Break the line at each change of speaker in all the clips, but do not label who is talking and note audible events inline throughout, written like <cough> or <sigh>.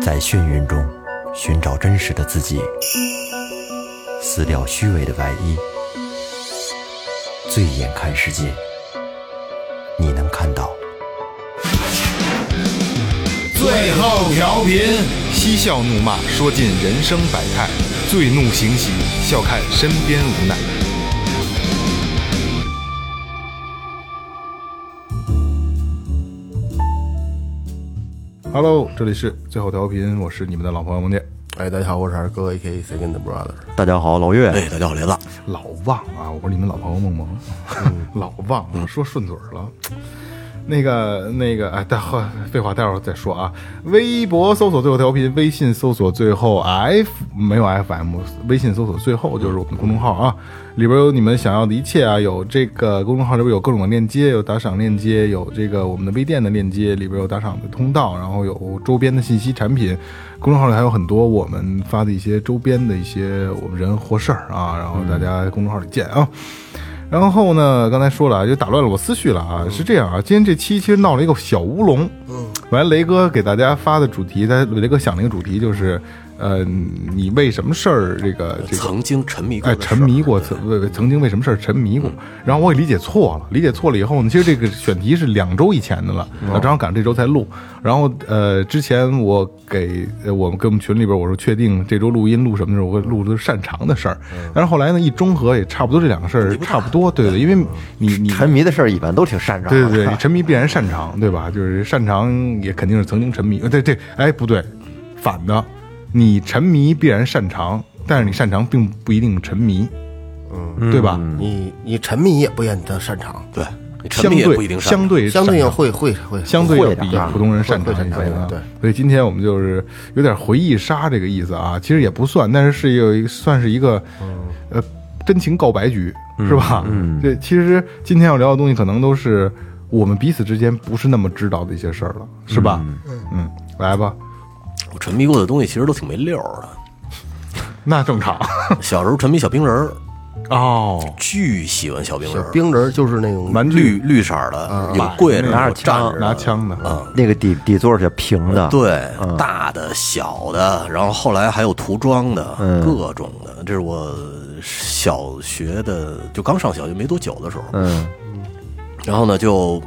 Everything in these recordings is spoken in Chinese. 在眩晕中寻找真实的自己，撕掉虚伪的外衣，醉眼看世界，你能看到。
最后调频，
嬉笑怒骂，说尽人生百态；醉怒行喜，笑看身边无奈。Hello，这里是最后调频，我是你们的老朋友萌姐。
哎，大家好，我是二哥 A K Second Brother。
大家好，老岳。
哎，大家好，雷子。
老忘啊，我是你们老朋友梦萌， <laughs> 老忘啊，说顺嘴儿了。那个那个，哎，待会废话待会儿再说啊。微博搜索最后调频，微信搜索最后 F 没有 FM，微信搜索最后就是我们的公众号啊，里边有你们想要的一切啊，有这个公众号里边有各种的链接，有打赏链接，有这个我们的微店的链接，里边有打赏的通道，然后有周边的信息产品。公众号里还有很多我们发的一些周边的一些我们人或事儿啊，然后大家公众号里见啊。然后呢，刚才说了啊，就打乱了我思绪了啊。是这样啊，今天这期其实闹了一个小乌龙。嗯，完，雷哥给大家发的主题，他雷哥想了一个主题，就是，呃，你为什么事儿这个这个
曾经沉迷过
哎
的事儿，
沉迷过曾为曾经为什么事嗯儿沉迷过？然后我给理解错了，理解错了以后呢，其实这个选题是两周以前的了，正好赶上这周才录。然后呃，之前我给呃我们跟我们群里边我说确定这周录音录什么的时候，我会录的是擅长的事儿。但是后来呢，一中和也差不多这两个事儿差嗯不多，对对，嗯因为你你
沉迷的事儿一般都挺擅长的。
对对 <laughs> 对，你沉迷必然擅长，对吧？就是擅长也肯定是曾经沉迷。呃对对，哎，不对，反的，你沉迷必然擅长，但是你擅长并不一定沉迷，嗯，对吧？
嗯，
你你沉迷也不见得擅长，
对，你沉
相
迷也
对
不一定
相
上。
对
相对
擅
应
长
会会会
相对
会
要比
的
普通人
会
擅
会
长一些
一点
啊。
对，
所以今天我们就是有点回忆杀这个意思啊，其实也不算，但是是有一个算是一个呃真情告白局，是吧？嗯， <laughs> 对，其实今天要聊的东西可能都是我们彼此之间不是那么知道的一些事儿了，是吧？嗯，来吧，
我沉迷过的东西其实都挺没溜儿的。
那正常
小时候沉迷小冰人儿，
哦，
巨喜欢小冰人
小
儿，
冰人就是那种
玩
绿
具
绿色儿的，有跪着
拿着
有站着的
拿枪的，
嗯
啊，
那个底底座是平
啊
的。
对，大的、小的，然后后来还有涂装的，各种的。这是我小学的，就刚上小学没多久的时候。
嗯，
然后呢，就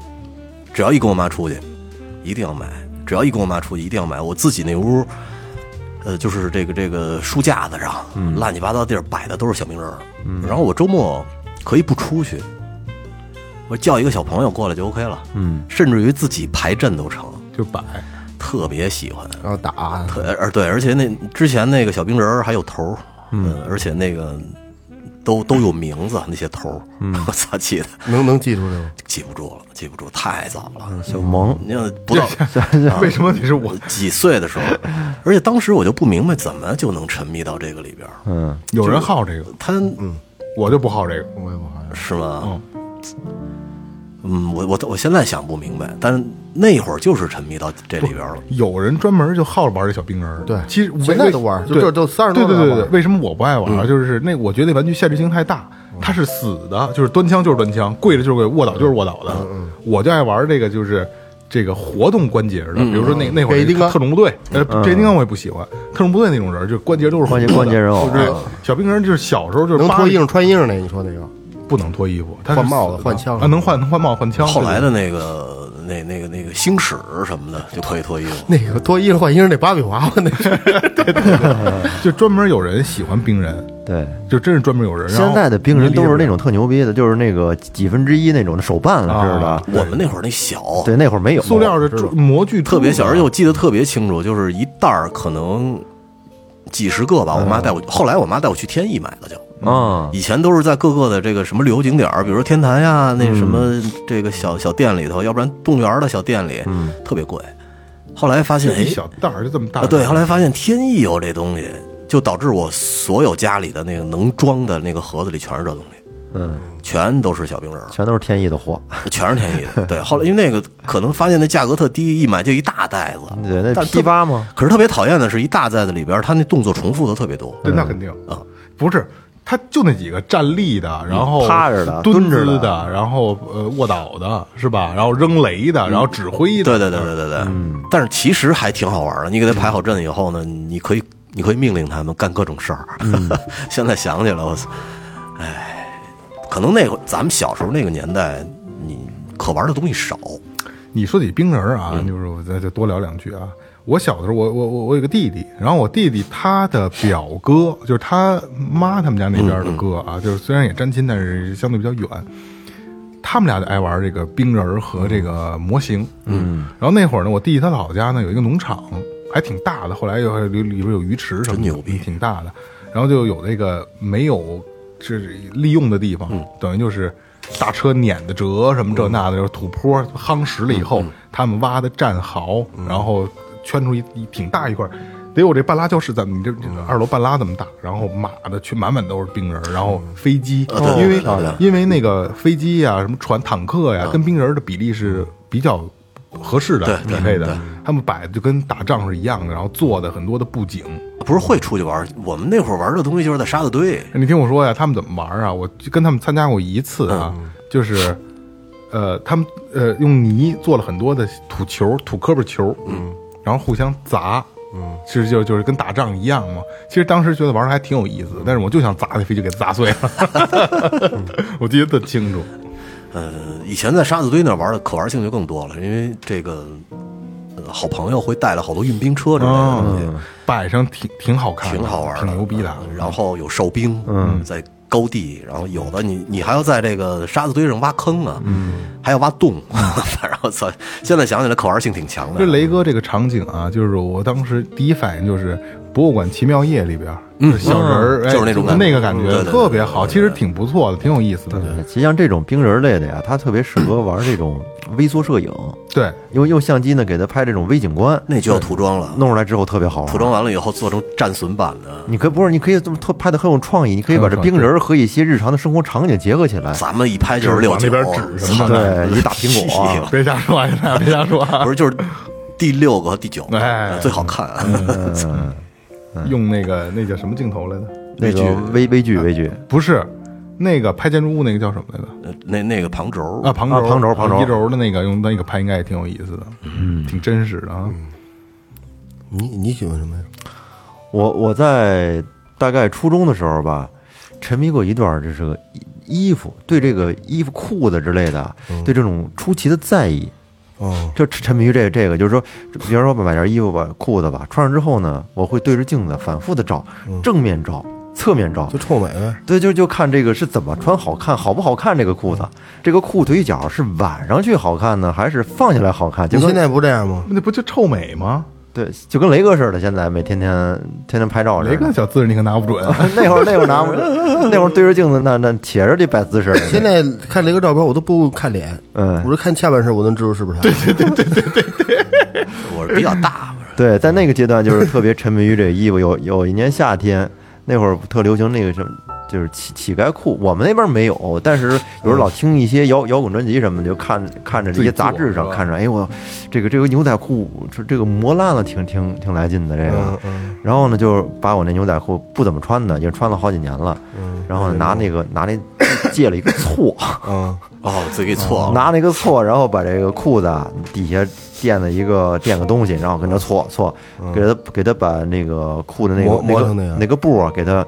只要一跟我妈出去，一定要买；只要一跟我妈出去，一定要买。我自己那屋，呃，就是这个这个书架子上，乱七八糟地儿摆的都是小冰人儿。然后我周末可以不出去，我叫一个小朋友过来就 OK 了。嗯，甚至于自己排阵都成，
就摆，
特别喜欢。
然后打，
特而对，而且那之前那个小冰人儿还有头儿，嗯，而且那个都都有名字，那些头儿，
嗯
<laughs> 我操，记得
能能记住这个？
记不住了，记不住，太早
嗯
了。
小萌，
你看不到啊呃
为什么你是我？
几岁的时候，而且当时我就不明白怎么就能沉迷到这个里边儿，
嗯，
有人好这个，
他
我就不好这个，
我也不好像
是吗？嗯，我我我现在想不明白，但是那会儿就是沉迷到这里边儿了。
有人专门就好玩这小冰人儿，
对
其实
现在
为
都玩就
对
这都30
对对
多
对
了
对，
吧
为什么我不爱玩？啊
嗯
就是那我觉得那玩具限制性太大，它是死的，就是端枪就是端枪，跪着就是跪，卧倒就是卧倒的。
嗯
我就爱玩这个，就是这个活动关节的，
嗯
比如说那那会
变形金
儿
刚
啊
特种部队，呃，
嗯
变形金刚我也不喜欢，特种部队那种人就是关节都是
关节
红的
关节人偶
就是
啊
小冰人就是小时候就是
能
扒
脱
着
衣裳穿衣裳那，你说那个
不能脱衣服，它是
换帽子
死的
换枪
啊，能换能换帽子换枪。
后来
对
的那个那那个那个星矢什么的就可以脱衣
<laughs>
服，
那个脱衣裳换衣裳那芭比娃娃那是，
对对就专门有人喜欢冰人，
对。
就真是专门有人。然后
现在的冰人都是
你理解不了
那种特牛逼的，就是那个几分之一那种的手办了似的。
我们那会儿那小，
对，那会儿没有
啊塑料的模具
特别小，而且
又
我记得特别清楚，就是一袋儿可能几十个吧。我妈带我，后来我妈带我去天意买的就。
啊，
以前都是在各个的这个什么旅游景点儿，比如说天坛呀，那什么这个小小店里头，要不然动物园的小店里，特别贵。后来发现，
一
哎，
小袋儿就这么大
啊，对，后来发现天意有这东西，就导致我所有家里的那个能装的那个盒子里全是这东西，
嗯，
全都是小冰人儿。
全都是天意的货。
全是天意的。 <laughs> 对，后来因为那个可能发现那价格特低，一买就一大袋子。
嗯
嗯
对那
但是
批发吗
特可是特别讨厌的是，一大袋子里边，它那动作重复的特别多。
对，那肯定
啊，
不是他就那几个站立的，然后
趴着的蹲
蹲姿
着的
然后呃卧倒的是吧？然后扔雷的，然后指挥的，
嗯对对对对对对，但是其实还挺好玩的。你给他排好阵以后呢，你可以你可以命令他们干各种事儿。 <laughs> 现在想起来，我操，哎，可能那会咱们小时候那个年代，你可玩的东西少。
你说起冰人儿啊，就是我再再多聊两句啊。我小的时候，我我我我有个弟弟，然后我弟弟他的表哥就是他妈他们家那边的哥啊，就是虽然也沾亲，但是相对比较远。他们俩就爱玩这个冰人儿和这个模型，嗯。然后那会儿呢，我弟弟他老家呢有一个农场，还挺大的，后来又里里边有鱼池什么的，
真牛逼
挺大的。然后就有那个没有这利用的地方，
嗯
等于就是大车碾的折什么这那的，就是土坡夯实了以
嗯
后，他们挖的战壕，然后圈出一一挺大一块儿。得有这半拉教室，咱们这这二楼半拉那么大，然后码的去满满都是冰人儿，然后飞机，
啊对
因为
漂亮
因为那个飞机呀、什么船、坦克
嗯
呀、跟冰人儿的比例是比较合适的匹
对
配的
对，
他们摆的就跟打仗是一样的，然后做的很多的布景，
不是会出去玩，我们那会儿玩的东西就是在沙子堆，
你听我说呀，他们怎么玩啊？我就跟他们参加过一次啊，
嗯
就是，呃，他们呃用泥做了很多的土球、土胳膊球，嗯，然后互相砸，嗯，其实就就是跟打仗一样嘛。其实当时觉得玩的还挺有意思，但是我就想砸那飞机给它砸碎
<laughs>
了，我记得特清楚。
呃，以前在沙子堆那玩的可玩性就更多了，因为这个、呃好朋友会带了好多运兵车之类的东西，
摆上挺挺好哦看的，
哦挺好玩的，
挺牛逼的。啊
嗯然后有哨兵，嗯，在高地，然后有的你你还要在这个沙子堆上挖坑啊，嗯，还要挖洞， <laughs> 反正我操，现在想起来可玩性挺强的。
这嗯雷哥这个场景啊，就是我当时第一反应就是《博物馆奇妙夜》里边，嗯，小人儿、哎
就是那种感觉
那个感
对对
觉
对
特别好，其实挺不错的，挺有意思的。
其实像这种冰人儿类的呀，它特别适合玩这种微缩摄影，
对，
用用相机呢给它拍这种微景观，
那就要涂装了，
弄出来之后特别好玩。
涂装完了以后做成战损版的。
你可以不是，你可以这么特拍的很有创意，你可以把这冰人儿和一些日常的生活场景结合起来。
咱们一拍就是六
往
九，
那边指什
操
么
对，一大苹
<laughs>
屁
果
了，
别瞎说，啊，现在别瞎说啊，
<laughs> 不是就是第六个和第九个
哎
最好看。啊
用那个那叫什么镜头来着？
那个微微距嗯微距，
不是，那个拍建筑物那个叫什么来着？
呃那那个旁轴
啊，旁轴，
旁轴旁轴
一轴的那个，用那个拍应该也挺有意思的，嗯，挺真实的啊。
<laughs> 你你喜欢什么呀？
我我在大概初中的时候吧，沉迷过一段，就是个衣衣服，对这个衣服、裤子之类的，对这种出奇的在意，
哦，
就沉迷于这个这个，就是说，比如说买件衣服吧、裤子吧，穿上之后呢，我会对着镜子反复的照，正面照、侧面照
就，臭美呗。
对，就就看这个是怎么穿好看，好不好看这个裤
嗯
子，这个裤腿脚是挽上去好看呢，还是放下来好看？就
你
跟
现在不这样吗？
那不就臭美吗？
对，就跟雷哥似的，现在每天天天天拍照
嗯
似的。
雷哥小姿势你可拿不准，啊
那会儿那会儿拿不
<laughs>
准，那会儿对着镜子那那铁着得摆姿势。
现在看雷哥照片，我都不看脸，
嗯
我是看下半身，我能知道是不是他。对对对，
我是比较大，
<laughs>
我是
对，在那个阶段就是特别沉迷于这衣服。有有一年夏天，那会儿特流行那个什么，就是乞乞丐裤。我们那边没有，但是有时候老听一些摇摇滚专辑什么的，就看看着这些杂志上看着，哎我这个这个牛仔裤这这个磨烂了，挺挺挺来劲的这个。然后呢，就把我那牛仔裤不怎么穿的，也穿了好几年了，然后拿那个拿那借了一个锉。
嗯，
哦，我自己给错了。
拿那个锉，然后把这个裤子啊底下垫了一个垫个东西，然后跟着锉锉，给它给它把那个裤子那个
嗯磨
那
磨
个
成那样
那个布啊，给它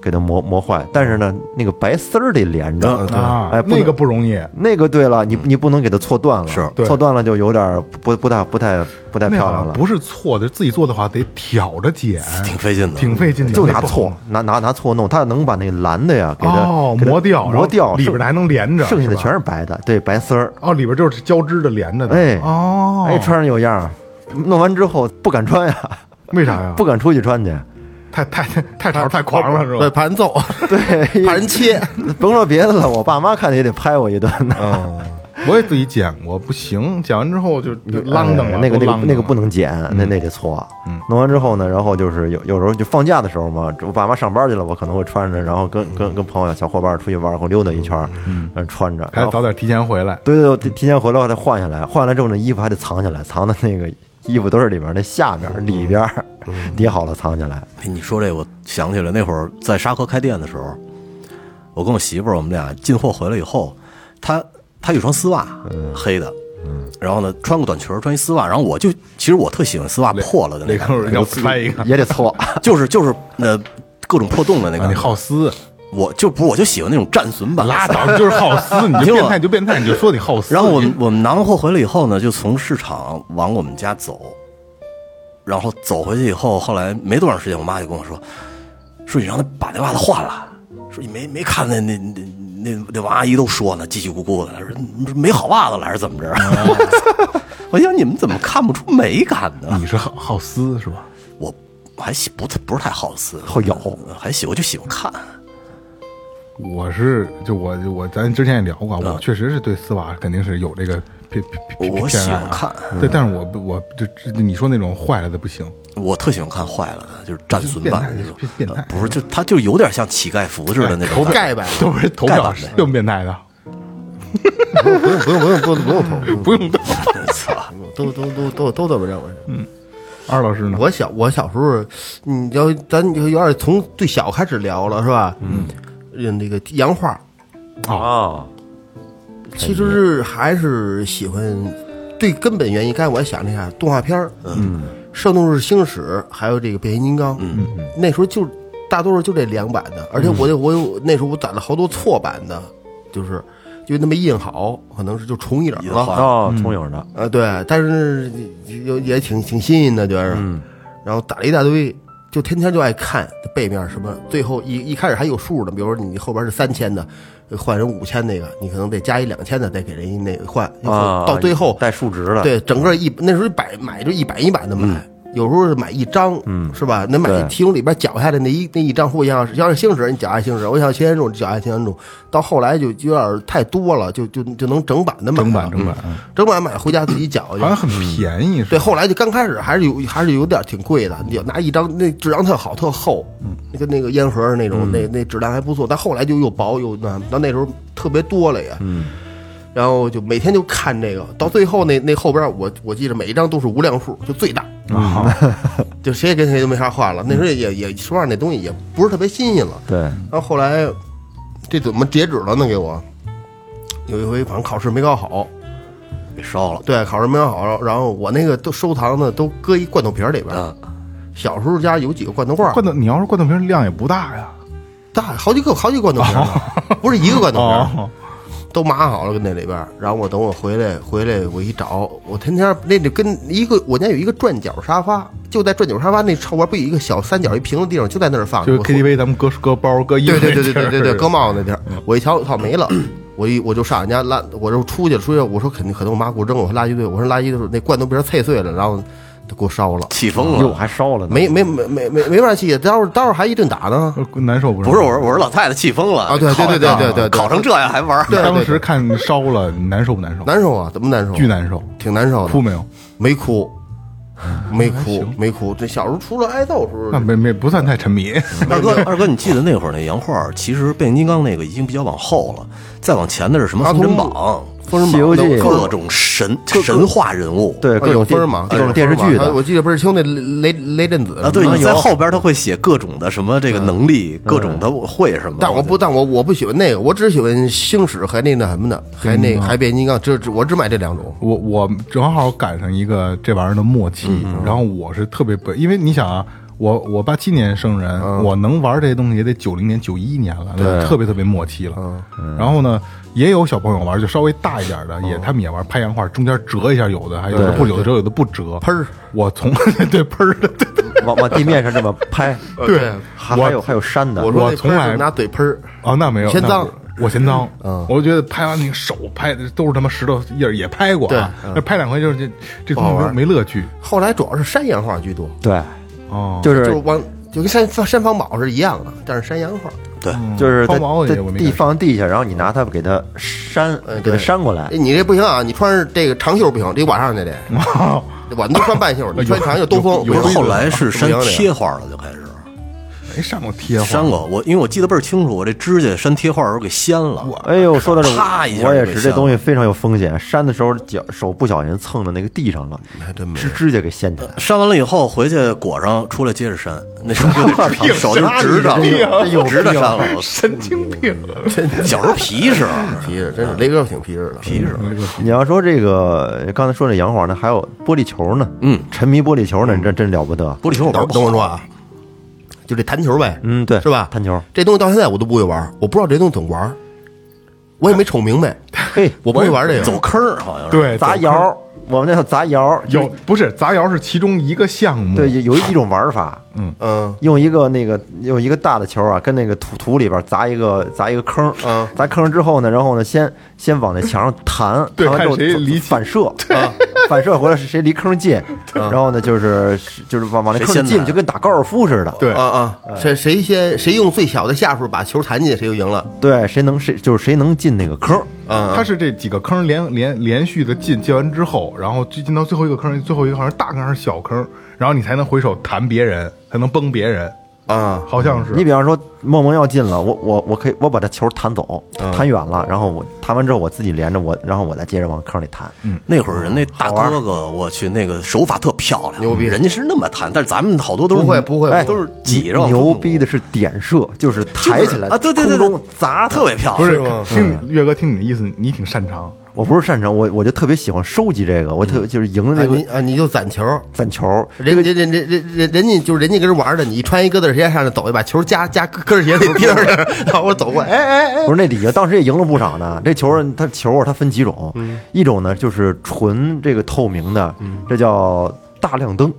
给它磨磨坏。但是呢，那个白丝儿得连
嗯
着。
啊
哎，不能
那个不容易，
那个对了，你你不能给它锉断了，是
对
锉断了就有点儿不不太不太不太
那
漂
好
亮
像
了。
不是错的，自己做的话得挑着剪，
挺费劲的，
挺费劲的，
就拿
那不好啊
锉，拿拿拿锉弄，它能把那蓝的呀给它
哦
给它
磨掉然后
磨掉，
里边
剩
还能连着
剩下的
是吧
全是白的，对白丝儿。
哦，里边就是交织的连着的，
哎
哦，
哎，穿上有样儿，弄完之后不敢穿呀，
为啥呀？
不敢出去穿去。
太太太潮太狂了是
<laughs> 对，
吧？
怕人 <laughs> 揍，
对，
怕人切。
<laughs> 甭说别的了，我爸妈看着也得拍我一顿呢。
啊
哦我也自己剪过，不行，剪完之后就就啷当了，
哎 <laughs> 那个那
都啷
个
当了
那个不能剪，
嗯
那那得搓。弄完之后呢，然后就是有有时候就放假的时候嘛，我爸妈上班去了，我可能会穿着，然后跟跟跟朋友小伙伴出去玩或溜达一圈儿，嗯，穿着，
还
然
得
后
早点提前回来。
对对，对提提前回来还得换下来，换下来之后那衣服还得藏起来，藏到那个衣服兜儿里边儿那下边儿
嗯
里边儿叠好了藏起来。
哎你说这，我想起来那会儿在沙河开店的时候，我跟我媳妇儿，我们俩进货回来以后，她她有双丝袜，
嗯
黑的，然后呢穿个短裙儿，穿一丝袜，然后我就其实我特喜欢丝袜破了的那
雷
个，
哥要拍一
嗯
个，
也得
<laughs>
搓。
就是就是呃各种破洞的那
啊
个
你，好撕，
我就不是我就喜欢那种战损
啊
版，
拉倒，你 <laughs> 就是好撕，你
你
就
听
变
我
态，你就变态，你就说你好撕。
然后我们我们拿完货回来以后呢，就从市场往我们家走，然后走回去以后，后来没多长时间，我妈就跟我说，说你让他把那袜子换了，说你没没看那那那那那王阿姨都说呢，叽叽咕咕的，说你们没好袜子了还是怎么着？
啊
<laughs> 我想你们怎么看不出美感呢？
你是好好撕是吧？
我还喜不太不是太好撕，
好咬
还喜我就喜欢看，
我是就我我咱之前也聊过，啊我确实是对丝袜肯定是有这个偏偏偏
我
偏
喜
爱
欢
啊
看。
对，但是我不我就这你说那种坏了的不行，
我特喜欢看坏了的，就是战损版的那种
变态变变态，
不是就他就有点像乞丐服似的那种
投
感觉。
盖吧，
都不是投
盖
票
板呗
更变态的，
不用不用不用不用不用 <laughs> 不用投，
不用投。
操！
都都都都都这么认为。
二老师呢？
我小我小时候，你要咱有点从最小开始聊了是吧？嗯，那个洋画，
啊，
哦
其实是还是喜欢，最根本原因，刚才我也想了一下，动画片儿，嗯，《圣斗士星矢》还有这个《变形金刚》，嗯，那时候就大多数就这两版的，而且我有我有那时候我攒了好多错版的，就是就那么印好，可能是就重影
印
了，
好
哦，重影的，
啊，对，但是有也挺挺新颖的，觉着，嗯，然后打了一大堆，就天天就爱看背面什么，最后一一开始还有数呢，比如说你后边是三千的，换人五千那个，你可能得加一两千的，再给人家那个换，然
啊
后嗯到最后，
带数值了，，
对，整个一那时候一百买就一版一版的买。
嗯
有时候是买一张，嗯，是吧？能买
对
其中里边绞下来那一那一张，互相要是星矢，你绞下星矢；我想擎天柱，你绞下擎天柱。到后来就就有点太多了，就就就能整版的买了，
整
嗯
版整版，嗯
整版买回家自己搅去
好。像很便宜，是
对，
吧？
后来就刚开始还是有还是有点挺贵的，你就拿一张那质量特好特厚，那个那个烟盒那种，那那质量还不错，但后来就又薄又那，到那时候特别多了也，然后就每天就看这个，到最后那那后边我我记得每一张都是无量数，就最大， <laughs> 就谁也跟谁都没啥话了。那时候也也也说实话，那东西也不是特别新鲜了，
对，
然后后来这怎么截止了呢？给我有一回反正考试没考好，
给烧了。
对，考试没考好，然后我那个都收藏的都搁一罐头瓶儿里边
啊
儿。小时候家有几个罐头罐儿，
罐头，你要是罐头瓶量也不大呀，
大好几个好几个罐头瓶儿呢， <laughs> 不是一个罐头瓶儿，
哦，
都码好了跟那里边儿。然后我等我回来回来我一找，我天天那就跟一个我家有一个转角沙发，就在转角沙发那后边不有一个小三角一平的地方，就在那儿放着。
就是
啊我
KTV 咱们搁搁包搁衣服
对
那地嗯
对
儿，
对对对对对，搁帽子那地儿，我一瞧，我操没了，我一我就上俺家拉，我就出去了，出去我说肯定可能我妈给我扔了，我说垃圾堆，我说垃圾堆那罐头瓶儿碎碎了，然后就给我烧了，
气疯
哟，
了。
还烧了呢，
嗯没没没没没没法气，待会儿待会儿还一顿打呢，
呃难受不是？
不是我，我说老太太气疯了
啊对
烤
对对对对对对
烤成这样还玩儿，
你当时看烧了，你难受不难受？
难受啊，怎么难受？
巨难受，
挺难受的，
哭没有？
没哭，没哭没哭，这小时候除了挨揍时候
那，没没不算太沉迷，
二哥，二哥，你记得那会儿那洋画儿，其实变形金刚那个已经比较往后了，再往前的是什么
阿
封
童
神榜，
封
西
神
游
榜
记
那
各种神神话人物，
对各
啊
种
有分儿
电
嘛，啊
各种电视剧的，
我记得不是听那雷雷雷震子
啊，对，
吗
你在后边他会写各种的什么这个能力，各种他会什么，
但我不，但我我不喜欢那个，我只喜欢星矢和那那什么的，还那还变形金刚，只只我只买这两种。
我我正好赶上一个这玩意儿的末期，
嗯
然后我是特别不，因为你想啊，我我八七年生人，
嗯
我能玩这些东西也得九零年、九一年了，那特别特别末期
嗯
了。然后呢，也有小朋友玩，就稍微大一点
嗯
的，也他们也玩拍洋画，中间折一下，有的还有的不，有的折，有的不折，喷儿。我从 <laughs> 对喷儿的，对对
往往地面上这么拍，
对，
还
我
还有还有山的
我，说
我
那
从
喷儿
来
是拿嘴喷儿，
哦，那没有
嫌
那
脏嗯
不我嫌脏，我就觉得拍完那个手拍的都是他妈石头印儿，也拍过啊，那拍两回就是这这东
嗯好
西
玩
没没乐趣
后来主要是山羊画居多，
对，
哦。
就是
就是往就跟山山方宝是一样的，但是山羊画。
对，
就是
抛
在
锚
在
也我没
地
感觉
放地下，然后你拿它给它扇，给它
对
扇过来
哎，你这不行啊，你穿着这个长袖不行，得往上去得，
哦
我们都穿半袖，你穿长袖兜风。
有
不
有
行
后来是
不
删
行这个
贴画了，就开始
没哎上过贴画， <laughs>
删过我，因为我记得倍儿清楚，我这指甲删贴画的时候给掀了。
哎呦，说到这
啪一，下
我也
就是被
这
扇
东西非常有风险。扇的时候脚手不小心蹭到那个地上了，
还真没
指指甲给掀起来了。
删完了以后回去裹上，出来接着删，那手就 <laughs> 得直手就直着，哎
有
直着删了， <laughs>
神经病。
脚是皮实。啊 <laughs>
皮实，真是雷哥挺皮实的，嗯皮实。
你要说这个刚才说这洋黄呢，还有玻璃球呢，
嗯，
沉迷玻璃球呢，这真了不得。
玻璃球我玩
等
不
等我
好，
说啊，就这弹球呗，
嗯，对，
是吧？
弹球，
这东西到现在我都不会玩，我不知道这东西怎么玩，我也没瞅明白，
嘿，
我不会玩这个。
走坑儿好像是。
对，
砸
摇
窑，我们那叫砸窑，
有不是砸窑是其中一个项
嗯
目，
对，，有有一种玩法，
嗯，
用一个那个用一个大的球啊，跟那个土土里边砸一个砸一个坑，
嗯
砸坑之后呢，然后呢，先先往那墙上弹，
对
弹完之后
看谁离
反射，啊，反射回来是谁离坑近，然后呢就是就是往往那
谁先
坑近，
来
就跟打高尔夫似的，
对
啊啊，谁谁先谁用最小的下数把球弹进去，谁就赢了。
对，谁能谁就是谁能进那个坑，
嗯，
它是这几个坑连连连续的进，进完之后，然后进进到最后一个坑，最后一个好像是大坑还是小坑，然后你才能回手弹别人，才能崩别人，
啊，
好像是。
你比方说梦梦要进了，我我我可以我把这球弹走，
嗯
弹远了，然后我弹完之后我自己连着我，然后我再接着往坑里弹，
嗯那会儿人那大哥哥，我去，那个手法特漂亮，牛逼！人家是那么弹，但是咱们好多都是
不会不会
哎，
都是挤着往空中
牛逼的是点射，就是抬起来
啊，对对对，
空中砸它
特别漂亮，
不是听你岳哥听你的意思，你挺擅长。
我不是擅长，我我就特别喜欢收集这个，我
嗯
特就是赢
哎
的
啊
那
你
个
啊你就攒球，
攒球，
人人人人人人人家就是人家跟人玩的，你穿一跟着鞋上去走一把球夹夹跟着鞋里地上，然后我走过，哎哎哎，
不是那里头当时也赢了不少呢。这球
嗯
儿它球儿它分几种，一种呢就是纯这个透明的，
嗯
这叫大亮灯，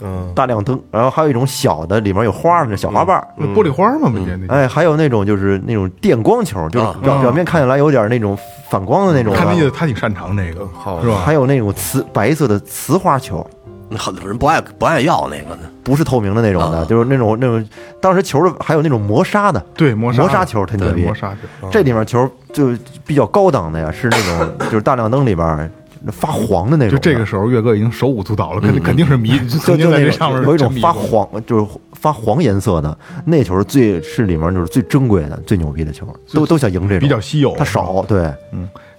嗯，
大亮灯，然后还有一种小的，里面有花儿的小花瓣儿。
那
嗯
玻璃花嘛，不就那
哎，还有那种就是那种电光球，就是
啊
表表面看起来有点那种反光的那种啊，
看那意思，他挺擅长这个，是吧？
还有那种瓷白色的瓷花球，
那好多人不爱不爱要那个呢。
不是透明的那种的，
啊
就是那种那种，当时球的还有那种磨砂的，
对磨砂
磨砂球特牛
对
逼
磨砂球，嗯
这里面球就比较高档的呀，是那种就是大亮灯里边发黄的那种
就
的，
这个时候岳哥已经手舞足蹈了，肯定肯定是迷，
就
曾
就
经在
那
这
种
上面
有一种
沉迷
发
过
黄，就是发黄颜色的那球是最是里面就是最珍贵的、最牛逼的球，都都想赢这种，
比较稀有嗯
它少对。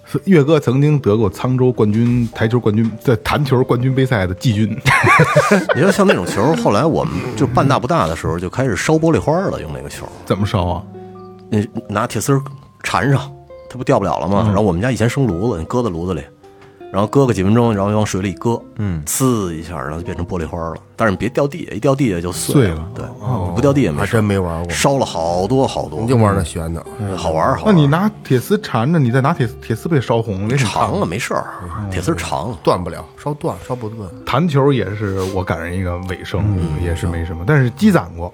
是岳哥曾经得过沧州冠军、台球冠军、在弹球冠军杯赛的季军， <laughs>
哎你说像那种球，后来我们就半大不大的时候就开始烧玻璃花了，用那个球，
怎么烧啊？
那拿铁丝儿缠上，它不掉不了了吗？然后我们家以前生炉子，你搁在炉子里，然后搁个几分钟，然后往水里一搁，嗯，呲一下，然后就变成玻璃花了。但是你别掉地下，一掉地下就碎哦
碎了
对，不掉地下没嗯
还
事
真。没玩过，
烧了好多好多，
你就玩那悬的，
好玩儿好啊
那
玩
你
儿。
拿铁丝缠着，你再拿铁铁丝被烧红了，也挺烫
长啊，。没事儿，铁丝儿长。
断不了，烧断烧不断。
弹球也是我赶上一个尾声，也是没什么，但是积攒过。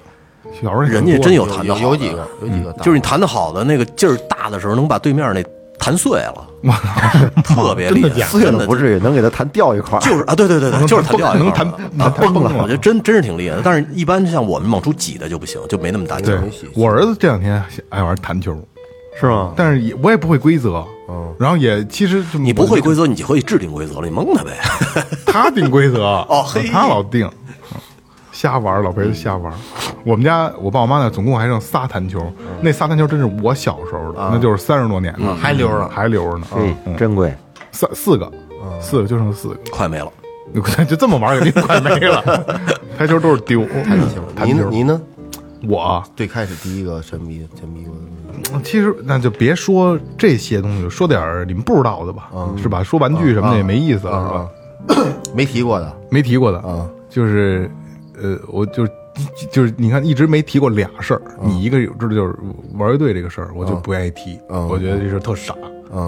小时候也
人家真有
有
弹的好的，嗯
有有几个，有几个大，
就是你弹的好的那个劲儿大的时候，能把对面那弹碎了，特别厉害，
碎
真
了
的
不至于能给它弹掉一块儿，
就是啊，对对对对，就是弹掉一
能
块儿
弹
了
能弹崩
我觉
了
得。真真是挺厉害的，但是一般像我们往出挤的就不行，就没那么大劲
对
儿。，
我儿子这两天爱玩弹球，
是吗？
但是也我也不会规则，然后也其实就
你不会规则，你就可以制定规则了，你蒙他呗。 <laughs>
他定规则哦
嘿
他老定，瞎玩儿，老陪他瞎玩儿。我们家我爸我妈那总共还剩仨弹球，那仨弹球真是我小时候的，那就是三十多年了，嗯啊还留着，嗯还留着呢。
嘿，哎珍贵，
三四个，四个就剩四个， <laughs>
快没了，
就这么玩儿肯定快没 <laughs> 了。台球都是丢，弹球，
你
弹
呢？
球。
你呢？
我啊
最开始第一个沉迷沉迷过的，
其实那就别说这些东西，说点儿你们不知道的吧，是吧？说玩具什么的也没意思了，是吧？
没提过的，
没提过的啊，就是，呃，我就是就是你看一直没提过俩事儿，你一个有知道就是玩乐队这个事儿，我就不愿意提，我觉得这事儿特傻，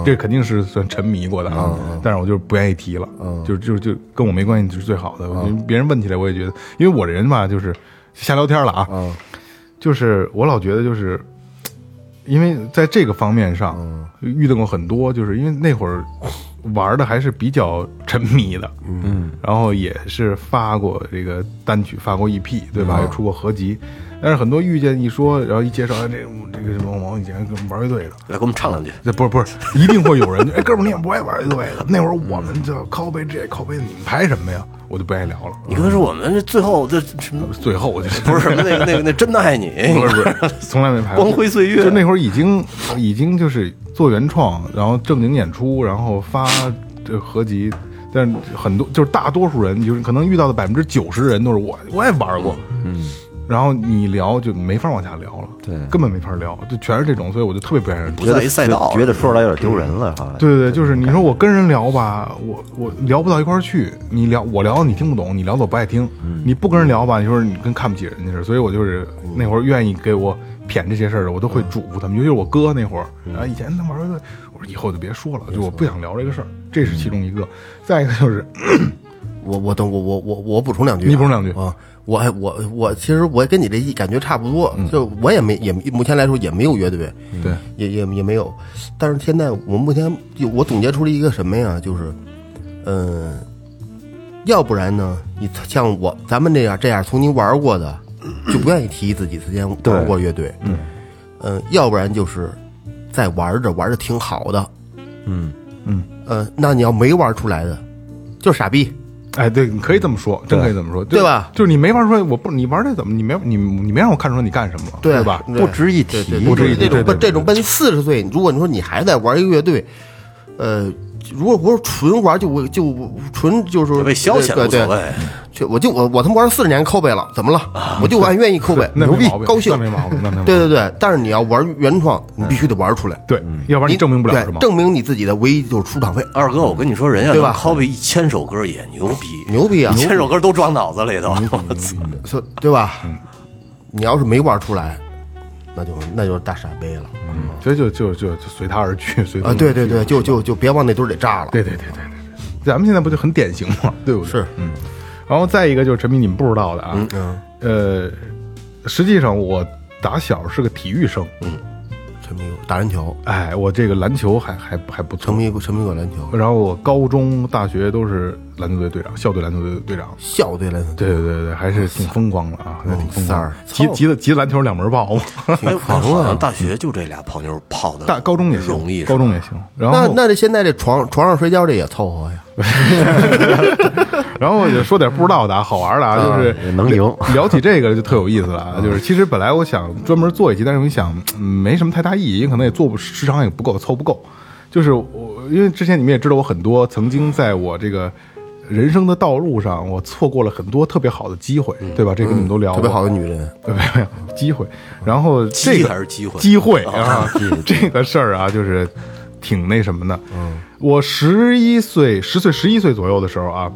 这肯定是算沉迷过的啊，但是我就不愿意提了，就是就是就跟我没关系就是最好的，我觉得别人问起来我也觉得，因为我这人吧就是瞎聊天了啊，就是我老觉得就是。因为在这个方面上，
嗯
遇到过很多，就是因为那会儿玩的还是比较沉迷的，嗯，然后也是发过这个单曲，发过 EP，对
嗯
吧？也出过合集，但是很多遇见一说，然后一介绍，哎这这个什么王以前跟我们玩乐队的，
来给我们唱两句。
这不是不是， <laughs> 一定会有人就哎哥们儿你也不爱玩乐队的，那会儿我们就拷贝这拷贝，你们排什么呀？我就不爱聊了。
嗯你跟他说我们这最后这什么
最后我就
不是什么那个那个那真的爱你，
不是不是，从来没排过。
<laughs> 光辉岁月
就那会儿已经已经就是做原创，然后正经演出，然后发这合集，但很多就是大多数人就是可能遇到的百分之九十人都是我我也玩过，嗯，然后你聊就没法往下聊了，
对
根本没法聊，就全是这种，所以我就特别不愿意人。
不在一赛道，
觉得说出来有点丢人了，哈。
对对对，就是你说我跟人聊吧，我我聊不到一块儿去。你聊我聊你听不懂，你聊的我不爱听。
嗯
你不跟人聊吧，你说你跟看不起人家似的。所以我就是那会儿愿意给我谝这些事儿的，我都
嗯
会嘱咐他们，尤其是我哥那会儿。然后以前他们玩的，我说以后就别说了，就我不想聊这个事儿，
嗯
这是其中一个。再一个就是，
我我等我我我我补充两句啊，
你补充两句
啊。我还我我其实我跟你这一感觉差不多，就我也没也目前来说也没有乐队，
对，
也也也没有。但是现在我目前就我总结出了一个什么呀，就是，嗯、要不然呢，你像我咱们这样这样曾经玩过的，就不愿意提自己之间玩过乐队，嗯，呃，要不然就是在玩着玩着挺好的，嗯嗯，呃，那你要没玩出来的，就是傻逼，
哎，对，你可以这么说，真可以这么说，
对吧
就就是你没法说，我不，你玩这怎么，你没你你没让我看出来你干什么了，对吧？
不值一提
对对，
不值一提对对
这种奔这种奔四十岁，如果你说你还在玩一个乐队，呃，如果不是纯玩就我就纯就是
被消遣
对
无
对
所，谓。啊
就我就我我他妈玩四十年抠背了，怎么了？我就按愿意抠背，
<laughs> 那
牛
没
逼
毛病，
高兴
那，没毛病，那没毛病。
对对对。但是你要玩原创，你必须得玩出来，
对，要不嗯然你证明不了
对
什么。
证明你自己的唯一就是出场费，
二哥，我跟你说，人家
对吧
能 copy 一千首歌也牛逼，
牛逼啊
一千首歌都装脑子里头，
嗯
我操！
所以对吧？你要是没玩出来，那就那就是大傻逼了
所以就就就就随他而去， <laughs> 随他
啊！对
而去
对对，就就就别往那堆儿里炸了。
对对对对对对，咱们现在不就很典型吗？对不对？
是，
嗯。然后再一个就是陈明，你们不知道的啊，
嗯，
呃，实际上我打小是个体育生，
沉迷过打篮球，
哎，我这个篮球还还还不
沉
错。
迷过沉迷过篮球，
然后我高中、大学都是篮球队队长，校队篮球队队长。
校队篮球，
对对对对，还是挺风光的啊，还挺风光
哦三
的
儿。
急急的急的篮球两门爆
<laughs>
嘛，
哎，我好像大学就这俩泡妞泡的，
啊大高中也行，
容易是吧，
高中也行。然
那
后
那这现在这床床上睡觉这也凑合呀，
然后我就说点不知道的、啊、好玩的，啊，就是
嗯也能赢。嗯
聊起这个就特有意思了，啊！就是其实本来我想专门做一集，但是我一想嗯没什么太大意义，因为可能也做不时长也不够，凑不够。就是我因为之前你们也知道，我很多曾经在我这个人生的道路上，我错过了很多特别好的机会，
嗯
对吧？这个你们都聊过，
特别
<laughs>
好的女人，
没有没有机会。然后这
机
个
还是机会
机会啊，这个事儿啊，就是挺那什么的。嗯，我十一岁、十岁、十一岁左右的时候啊，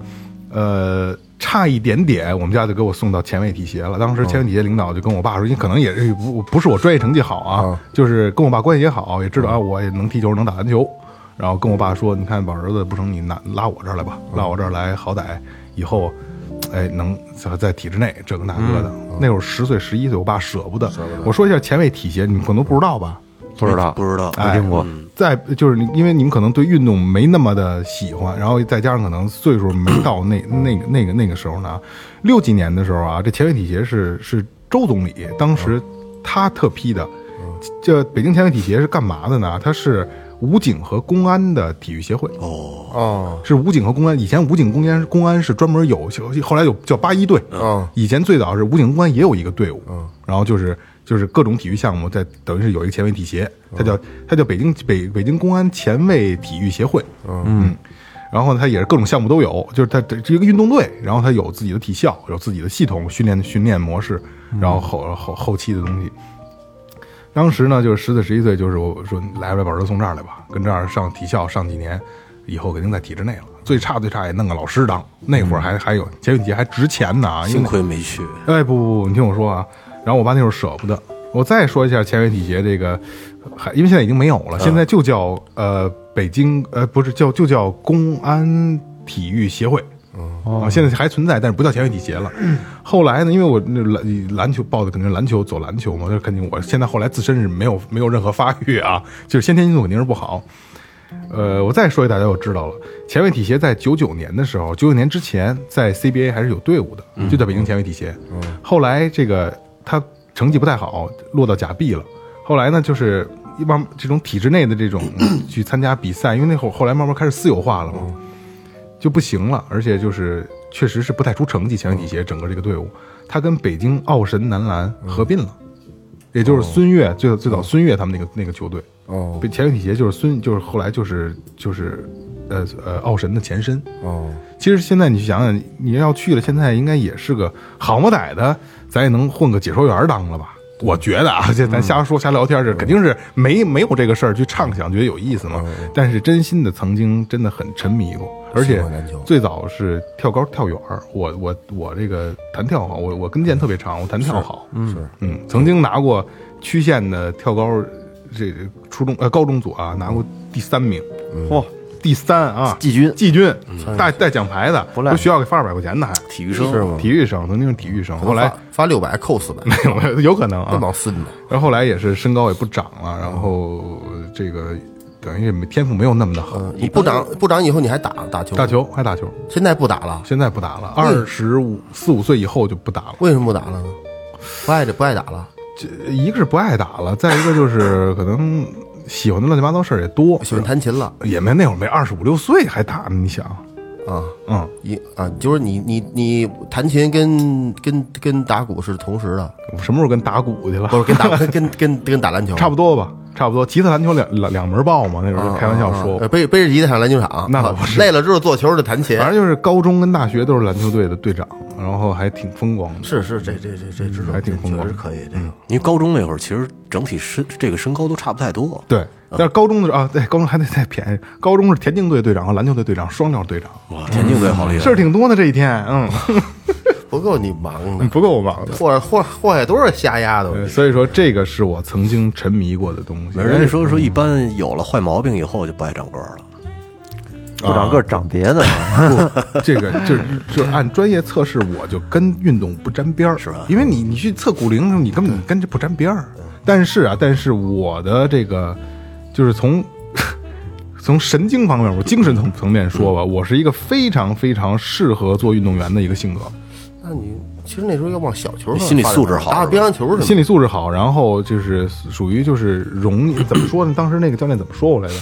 呃，差一点点，我们家就给我送到前卫体协了。当时前卫体协领导就跟我爸说，因为可能也是不不是我专业成绩好啊，就是跟我爸关系也好，也知道啊，我也能踢球，能打篮球。然后跟我爸说，你看宝儿子不成，你拿拉我这儿来吧，拉我这儿来，好歹以后。哎，能在在体制内这个那个的。那会儿十岁、十一岁，我爸嗯舍不得。我说一下前卫体协，你们可能都不知道啊吧？
不知道，
不知道，啊
没听过。
在就是你，因为你们可能对运动没那么的喜欢，然后再加上可能岁数没到那那个那个那个时候呢，六几年的时候啊，这前卫体协是是周总理当时他特批的。这北京前卫体协是干嘛的呢？它是武警和公安的体育协会。
哦，
是武警和公安。以前武警公安公安是专门有，后来有叫八一队。
嗯
以前最早是武警公安也有一个队伍。然后就是就是各种体育项目在等于是有一个前卫体协，它叫它叫北京北北京公安前卫体育协会。嗯。然后呢，它也是各种项目都有，就是它这是一个运动队，然后它有自己的体校，有自己的系统训练训练模式，然后后后后期的东西。当时呢，就是十岁、十一岁，就是我说来吧，把儿子送这儿来吧，跟这儿上体校上几年，以后肯定在体制内了。最差最差也弄个老师当，那会儿还还有前几节还值钱呢啊！因为
幸亏没去。
哎，不不不，你听我说啊。然后我爸那时候舍不得。我再说一下前卫体协这个，还因为现在已经没有了，现在就叫呃北京呃不是叫就叫公安体育协会。啊，现在还存在，但是不叫前卫体协了。后来呢，因为我那篮篮球报的肯定是篮球，走篮球嘛，那肯定我现在后来自身是没有没有任何发育啊，就是先天因素肯定是不好。呃，我再说一大家就知道了。前卫体协在九九年的时候，九九年之前在 CBA 还是有队伍的，就在北京前卫体协。后来这个他成绩不太好，落到甲 B 了。后来呢，就是一帮这种体制内的这种去参加比赛，因为那会儿后来慢慢开始私有化了嘛，就不行了，而且就是确实是不太出成绩，前几节整个这个队伍，他跟北京奥神男篮合并了，也就是孙悦最最早孙悦他们那个那个球队，
哦
被前几节就是孙就是后来就是就是呃呃奥神的前身。
哦，
其实现在你想想，你要去了，现在应该也是个好么歹的，咱也能混个解说员当了吧？我觉得啊，这咱瞎说瞎聊天，这肯定是没没有这个事儿去畅想，觉得有意思嘛。但是真心的，曾经真的很沉迷过，而且
喜欢篮球
最早是跳高跳远儿。我我我这个弹跳好，我我跟腱特别长，我弹跳好。嗯
是
嗯，曾经拿过区县的跳高，这个初中呃高中组啊拿过第三名。
嚯，
第三啊，
季军
季军
嗯
带带奖牌的，
不赖
都学校给发二百块钱的，还
体育生
是吗
体育生，曾经是体育生，后来
发发六百扣四百，
<laughs> 有有可能
这
啊，
帮孙子，
然后后来也是身高也不长
嗯
了，然后这个等于也没天赋没有那么的好，
嗯你不长不长以后你还打打球？
打球还打球，
现在不打了，
现在不打了，二十五四五岁以后就不打了，
为什么不打了呢？不爱这不爱打了，
这一个是不爱打了，再一个就是可能喜欢的乱七八糟事儿也多，
喜欢弹琴了
也没那会儿没二十五六岁还打呢，你想，
啊。
嗯，
一啊，就是你你你弹琴跟跟跟打鼓是同时
<laughs>
的，
我什么时候跟打鼓去了？
不是跟打跟跟跟跟打篮球
差不多吧，差不多。吉他、篮球两两两门爆嘛，那时候就开玩笑说，
嗯
呃背背着吉他上篮球场，
那倒
啊
不是
累了之后做球就弹琴，
反正就是高中跟大学都是篮球队的队长，然后还挺风光的。
是是这这这这知道，
嗯还挺嗯风光
确实可以这个。
因为高中那会儿其实整体身这个身高都差不太多，
对，但是高中的时候啊，对，高中还得再便宜。高中是田径队队长和篮球队队长，双料队长，
哇，田径队好厉害，
事儿挺多呢。这一天，嗯，
不够你忙 <laughs> 的，
不够我忙的。
祸祸祸害多少瞎丫头
嗯对，所以说这个是我曾经沉迷过的东西。
人家说说一般有了坏毛病以后就不爱长个儿了，
不长个儿长别的，
这个就是就是按专业测试，我就跟运动不沾边儿，是吧？因为你你去测骨龄的时候，你根本你跟这不沾边儿。但是啊，但是我的这个就是从从神经方面，我精神层层面说吧，我是一个非常非常适合做运动员的一个性格。
那你其实那时候要往小球上
你心理
发展
素质好
打打
是吧
乒乓球什么的，
心理素质好，然后就是属于就是容易怎么说呢？当时那个教练怎么说我来着？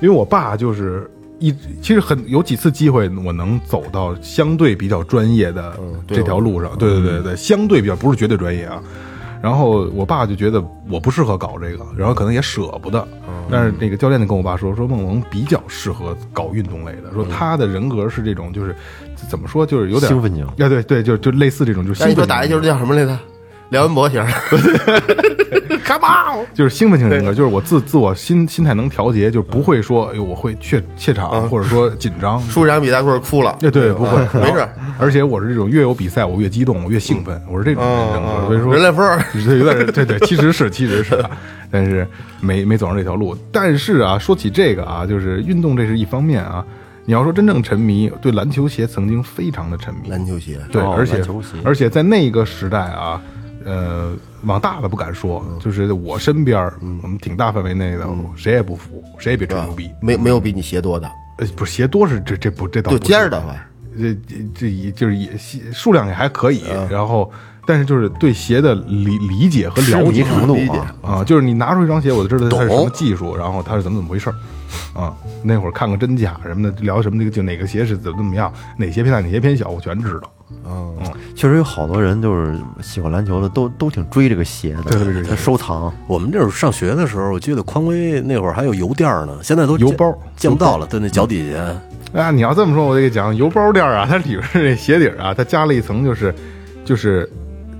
因为我爸就是一其实很有几次机会，我能走到相对比较专业的这条路上。对对对对对，相对比较不是绝对专业啊。然后我爸就觉得我不适合搞这个，然后可能也舍不得。但是那个教练就跟我爸说，说梦龙比较适合搞运动类的，说他的人格是这种，就是怎么说，就是有点
兴奋型
哎，对对，就就类似这种，就
那
兴奋
你说
型
打一球叫什么来着？梁文博型儿， <laughs> 卡巴，
就是兴奋性人格，就是我自自我心心态能调节，就不会说哎呦我会怯怯场或者说紧张。
嗯
哎
输一场比赛或者哭了，
对对，不会，
没事嗯
然后。 <laughs> 而且我是这种越有比赛我越激动，我越兴奋，我是这种人格，嗯所以说
哦人来分儿
<laughs> 对，有点对对，其实是其实是
<laughs>
啊，但是没没走上这条路。但是啊，说起这个啊，就是运动这是一方面啊，你要说真正沉迷，对篮球鞋曾经非常的沉迷，
篮球鞋，
对，
哦
而且
篮球鞋
而且在那个时代啊，呃，往大了不敢说，
嗯
就是我身边儿，我们挺大范围内的，谁也不服，谁也别吹牛逼。
没没有比你鞋多的，
呃，不是鞋多是这这不这倒
就
不
尖儿
是，
的吧？
这这这也就是也数量也还可以，
嗯
然后但是就是对鞋的理理解和
痴
了
迷
解
程度
理解
啊，
啊，就是你拿出一双鞋，我就知道它是什么
懂
技术，然后它是怎么怎么回事儿啊。那会儿看看真假什么的，聊什么那个就哪个鞋是怎么怎么样，哪些偏大哪些偏小，我全知道。
<laughs> 确实有好多人就是喜欢篮球的，都都挺追这个鞋的，
对对对对
他收藏。
我们那会儿上学的时候，我记得匡威那会儿还有邮垫儿呢，现在都
邮
见
包
见不到了。对，那脚底下
啊，你要这么说，我得给讲油包垫儿啊，它里边儿这鞋底儿啊，它加了一层就是，就是。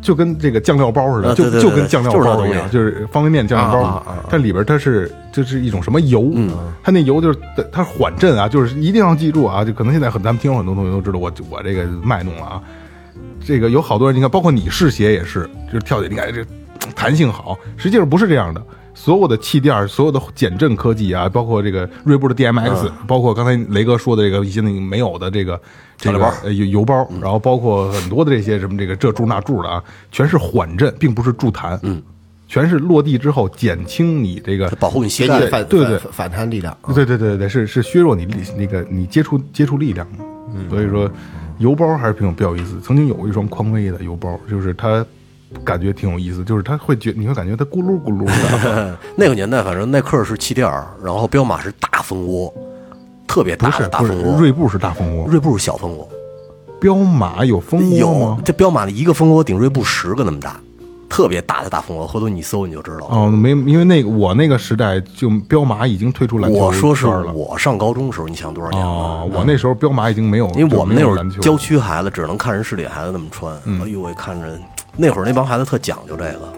就跟这个酱料包似的，
啊
就
对对
就
对
跟
对
酱料
就是那
包
东
一
西啊
样，就是方便面酱料包，它里边它是就是一种什么油，
嗯
它那油就是它缓震啊，就是一定要记住啊，就可能现在很咱们听众很多同学都知道我我这个卖弄了啊，这个有好多人，你看，包括你试鞋也是，就是跳起来，你看这弹性好，实际上不是这样的。所有的气垫儿、所有的减震科技啊，包括这个锐步的 DMX，、包括刚才雷哥说的这个一些那个没有的这个这个呃油油包，然后包括很多的这些什么这个这柱那柱的啊，全是缓震，并不是助弹，嗯，全是落地之后减轻你这个
保护你
给
膝
你
盖。
反
对对
反反弹力
啊
量，
对对对对对，是是削弱你力那个你接触接触力量的，
嗯
所以说邮包还是挺有比较有意思。曾经有一双匡威的邮包，就是它感觉挺有意思，就是它会觉你会感觉它咕噜咕噜
<laughs>
的，
那个年代，反正耐克是气垫儿，然后彪马是大蜂窝，特别
不
大
是
的大
不是
蜂窝。
锐步是大蜂窝，
锐步是小蜂窝，
彪马有蜂窝
有
吗？
这彪马的一个蜂窝顶锐部十个那么大，特别大的大蜂窝，回头你搜你就知道了。
哦，没，因为那个我那个时代就彪马已经退出篮球
我说是
圈了。
我上高中时候，你想多少年了？
哦，我那时候彪马已经没有，
因为我们那
就没
会
有
儿
篮球嗯
郊区孩子只能看人市里孩子那么穿，哎呦喂，看着那会儿那帮孩子特讲究这个，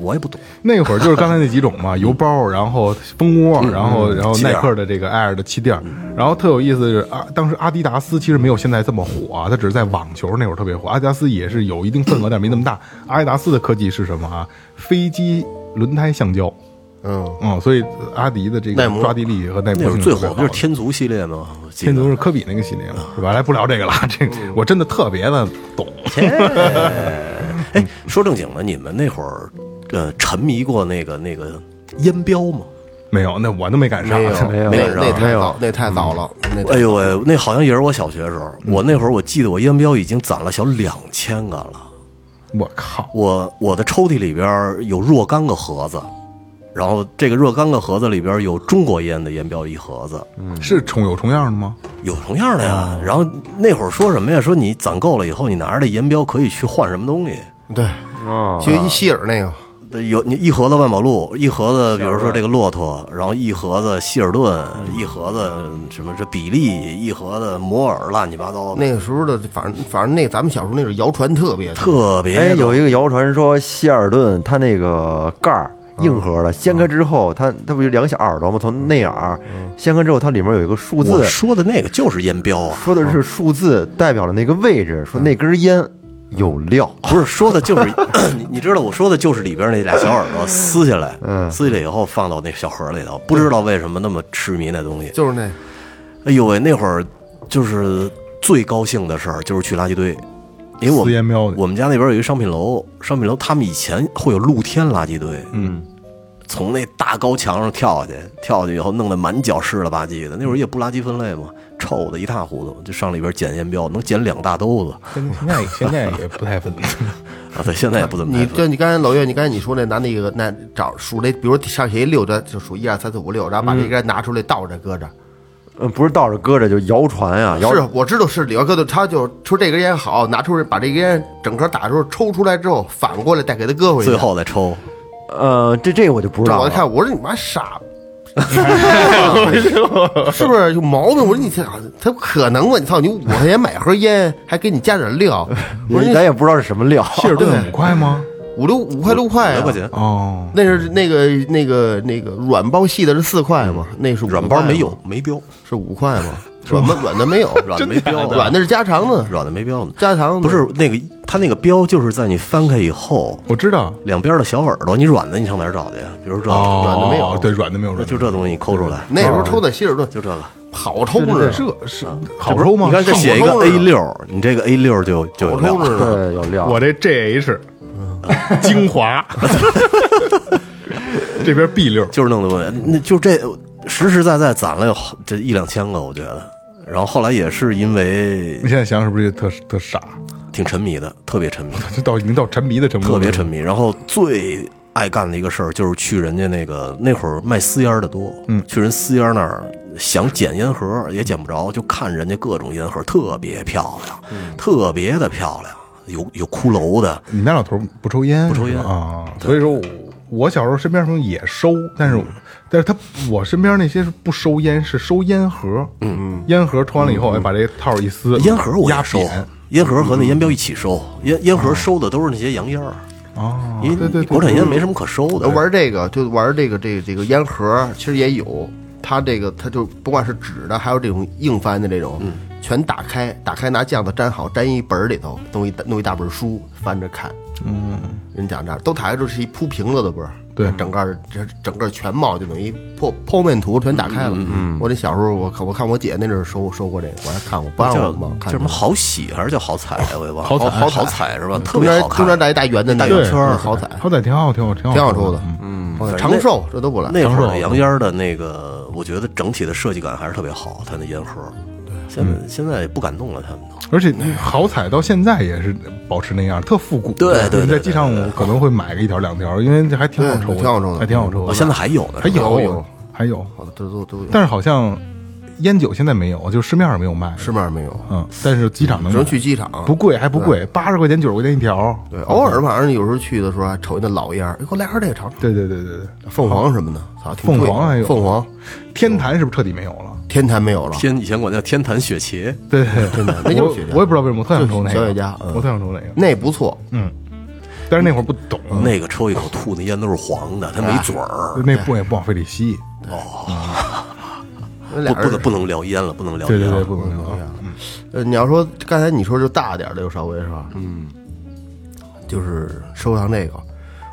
我也不懂，
那会儿就是刚才那几种
<laughs>
嘛，油包，然后蜂窝，然后然后
嗯气垫
耐
儿
克的这个 Air 的气垫儿，然后特有意思的是啊，当时阿迪达斯其实没有现在这么火啊，它只是在网球那会儿特别火，阿迪达斯也是有一定份额，但没那么大。阿迪达斯的科技是什么啊？飞机轮胎橡胶，
嗯，
嗯，所以阿迪的这
耐
个
磨
抓地力和耐
那
磨
会
性
儿最
特别好
火不就是天足系列吗？我记得
天足是科比那个系列嘛，是吧？来不聊这个了， <laughs> 这个
嗯
我真的特别的懂，
哎，
嗯
说正经的，你们那会儿呃沉迷过那个那个烟标吗？
没有，那我都没赶上
没有，，
没有
那
没有
那
没
太
有
早，那太早了，那太
哎呦喂，那好像也是我小学的时候，
嗯
我那会儿我记得我烟标已经攒了小两千个了。
<laughs> 我靠，
我我的抽屉里边儿有若干个盒子，然后这个若干个盒子里边儿有中国烟的烟标一盒子，
嗯
是重有重样的吗？
有同样的
哦
呀。然后那会儿说什么呀？说你攒够了以后，你拿着这烟标可以去换什么东西？
对，
哦，
就一希尔那个，
有你一盒子万宝路，一盒子比如说这个骆驼，然后一盒子希尔顿，
嗯
一盒子什么这比利，一盒子摩尔，乱七八糟的，
那个时候的，反正反正那咱们小时候那是谣传特别多
特别
哎，有
一
一个谣传说希尔顿它那个盖儿硬核的，掀开之后，它它不有两个小耳朵吗？从内耳掀开之后，它里面有一个数
我
字，
说的那个就是烟标啊。
说的是数字代表了那个位置，说那根烟有料。
不是说的就是，你你知道我说的就是里边那俩小耳朵撕下来，
嗯
撕下来以后放到那小盒里头，不知道为什么那么痴迷那东西。
就是那
哎呦喂，那会儿就是最高兴的事儿就是去垃圾堆，因为我
私烟
们
喵的，
我们家那边有一个商品楼，商品楼他们以前会有露天垃圾堆，
嗯，
从那大高墙上跳下去，跳下去以后弄得满脚湿了吧唧的。那会儿也不垃圾分类嘛，臭的一塌糊涂，就上里边捡烟标，能捡两大兜子
现现在现在也不 <laughs> 太分。
啊！对，现在也不怎么
你
太分
就你刚才老岳，你刚才你说那拿那个那找数那，比如上学一溜着就数一二三四五六，然后把
嗯
这个拿出来倒着搁着。
嗯，不是倒着搁着，就谣传啊，谣
是，我知道是里边搁的，他就说这根烟好，拿出来把这根烟整个打出来抽出来之后，反过来再给他搁回去。
最后再抽。
呃，这这个我就不知
这
道
我一
了。
看，我说你妈傻。
<laughs>
是不是有毛病？我说你这他不可能啊吧？你操你五块钱买盒烟，还给你加点料，
哎
我说
咱
你
也不知道是什么料，
希尔顿五块吗？
五六五块六块、啊，
五块钱，
哦，
那是那个那个那个软包细的是四块嘛，那是五
软
块
包
嘛
没有，没标，
是五块
<laughs>
吗？软的软的没有，
软的没标，
软的是加长的，
软的没标呢。
加长的
不是那个，它那个标就是在你翻开以后，
我知道，
两边的小耳朵，你软的你上哪儿找去呀？啊比如这，
哦，
软的没有
对，软的没有，软的
就这东西你抠出来，
那时候抽的希尔顿
哦就这个。
好抽
这
着，
这是好抽吗？
嗯你看这写一个
好抽
A
吗
六，你这个 A 六就就有
好抽
料。
着呢。
对，有料。
我这 GH 精华， <laughs> 这边 B 六
<laughs> 就是弄的，那就这实实在在攒了有好这一两千个，我觉得。然后后来也是因为
你现在想想是不是特特傻？
挺沉迷的，特别沉迷，
这到已经到沉迷的程度，
特别沉。迷。然后最爱干的一个事儿就是去人家那个那会儿卖私烟儿的多，嗯，去人私烟儿那儿想捡烟盒儿也捡不着，就看人家各种烟盒儿特别漂亮，
嗯
特别的漂亮，有有骷髅的，
你们家老头不抽烟，
不抽烟
是吧啊，所以说我我小时候身边朋友也收，但是
嗯
我但是他我身边那些是不收烟，是收烟盒，嗯，烟盒抽完了以后，哎，把这套一撕，
烟盒我
压
也收
扁，
烟盒和那烟标一起收，烟烟盒收的都是那些洋烟儿，
哦，
因
对对对，
为国产烟没什么可收的。
玩这个就玩这个这个、这个烟盒，其实也有，它这个它就不管是纸的，还有这种硬翻的这种，全打开，打开拿酱子粘好，粘一本儿里头，弄一大弄一大本书翻着看。嗯，人讲这儿都抬着是一铺平了的不是？
对
整个儿这整个儿全貌就等于剖剖面图全打开了。嗯，我这小时候我看我看我姐那阵儿收收过这个，我还看过，不让
叫
我嘛
叫
看这
什么
个
好喜还是叫好彩？我也忘了。
好嗯彩
好彩是吧？特
中
别
间
好
中间
看。
带一大圆的那
大
个
圆
圈儿，好彩，
好歹挺好，挺好，挺好，
挺好抽的。
嗯
嗯，
反正
长寿这都不赖。
那
长
会儿
寿
洋烟儿的那个，我觉得整体的设计感还是特别好，它那烟盒。对，现在现在也不敢动了，他们都。
而且好彩到现在也是保持那样，特复古。
对对对
你在
对
机上我可能会买个一条两条，因为这还挺好抽的，
对挺好抽的嗯
还挺好抽
我
的。
现在还有呢，
还有
有
还有，
好的，这都都有。
但是好像烟酒现在没有，就市面上没有卖，
市面上没有，
嗯，但是机场能
只
买
能去机场。
嗯不贵还不贵，八十块钱九十块钱一条，
对，哦偶尔晚上有时候去的时候还瞅见那老烟儿，哎，给我来盒这个尝尝。
对对对对对，
凤凰什么的，操，挺
凤
贵
凰还有
凤凰，
天坛是不是彻底没有了？
天坛没有了，
天以前管叫天坛雪茄，
对对
真
对，
的那就是雪茄
我我也不知道为什么，我特想抽那
就
个
是小雪茄嗯
我特想抽那个，
那不错，
但是那会儿不懂，啊
那个抽一口吐那烟都是黄的，它没嘴儿。
那不也不往肺里吸，
那
不
俩
不能
人。
不能聊烟了，不能聊
对
烟
对对，
了。
不能啊聊。
呃，你要说刚才你说就大点儿的又稍微是吧？嗯，就是收藏这个。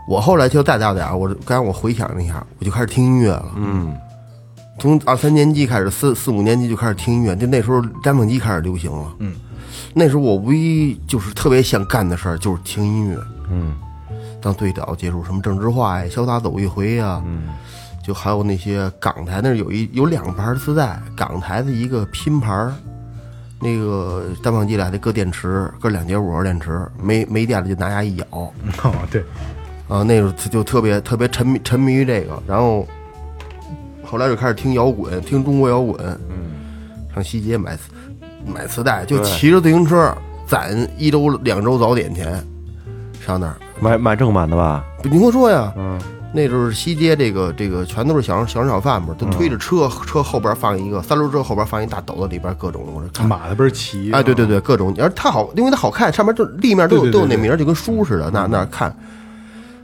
我后来就再大点儿，我刚才我回想了一下，我就开始听音乐了。嗯，从二三年级开始，四四五年级就开始听音乐，就那时候单反机开始流行了。嗯，那时候我唯一就是特别想干的事儿就是听音乐。嗯，当最早接触什么郑智化呀、潇洒走一回呀、嗯，就还有那些港台那儿有一有两盘磁带，港台的一个拼盘儿。那个单放机来的搁电池，搁两节五号电池，没没电了就拿牙一咬，
<laughs> 哦，对，
啊，那时候就特别特别沉迷沉迷于这个，然后后来就开始听摇滚，听中国摇滚，嗯，上西街买磁买磁带，就骑着自行车攒一周两周早点钱，上那儿，
买买正版的吧？
不你跟我说呀，嗯。那时候西街这个这个全都是小商小商小贩嘛，都推着车，车后边放一个三轮车后边放一大斗子，里边各种我说看
马的倍儿齐，啊
哎，对对对，各种，而它好，因为它好看，上面就立面都有
对对对嗯
都有那名儿，就跟书似的，那那儿看，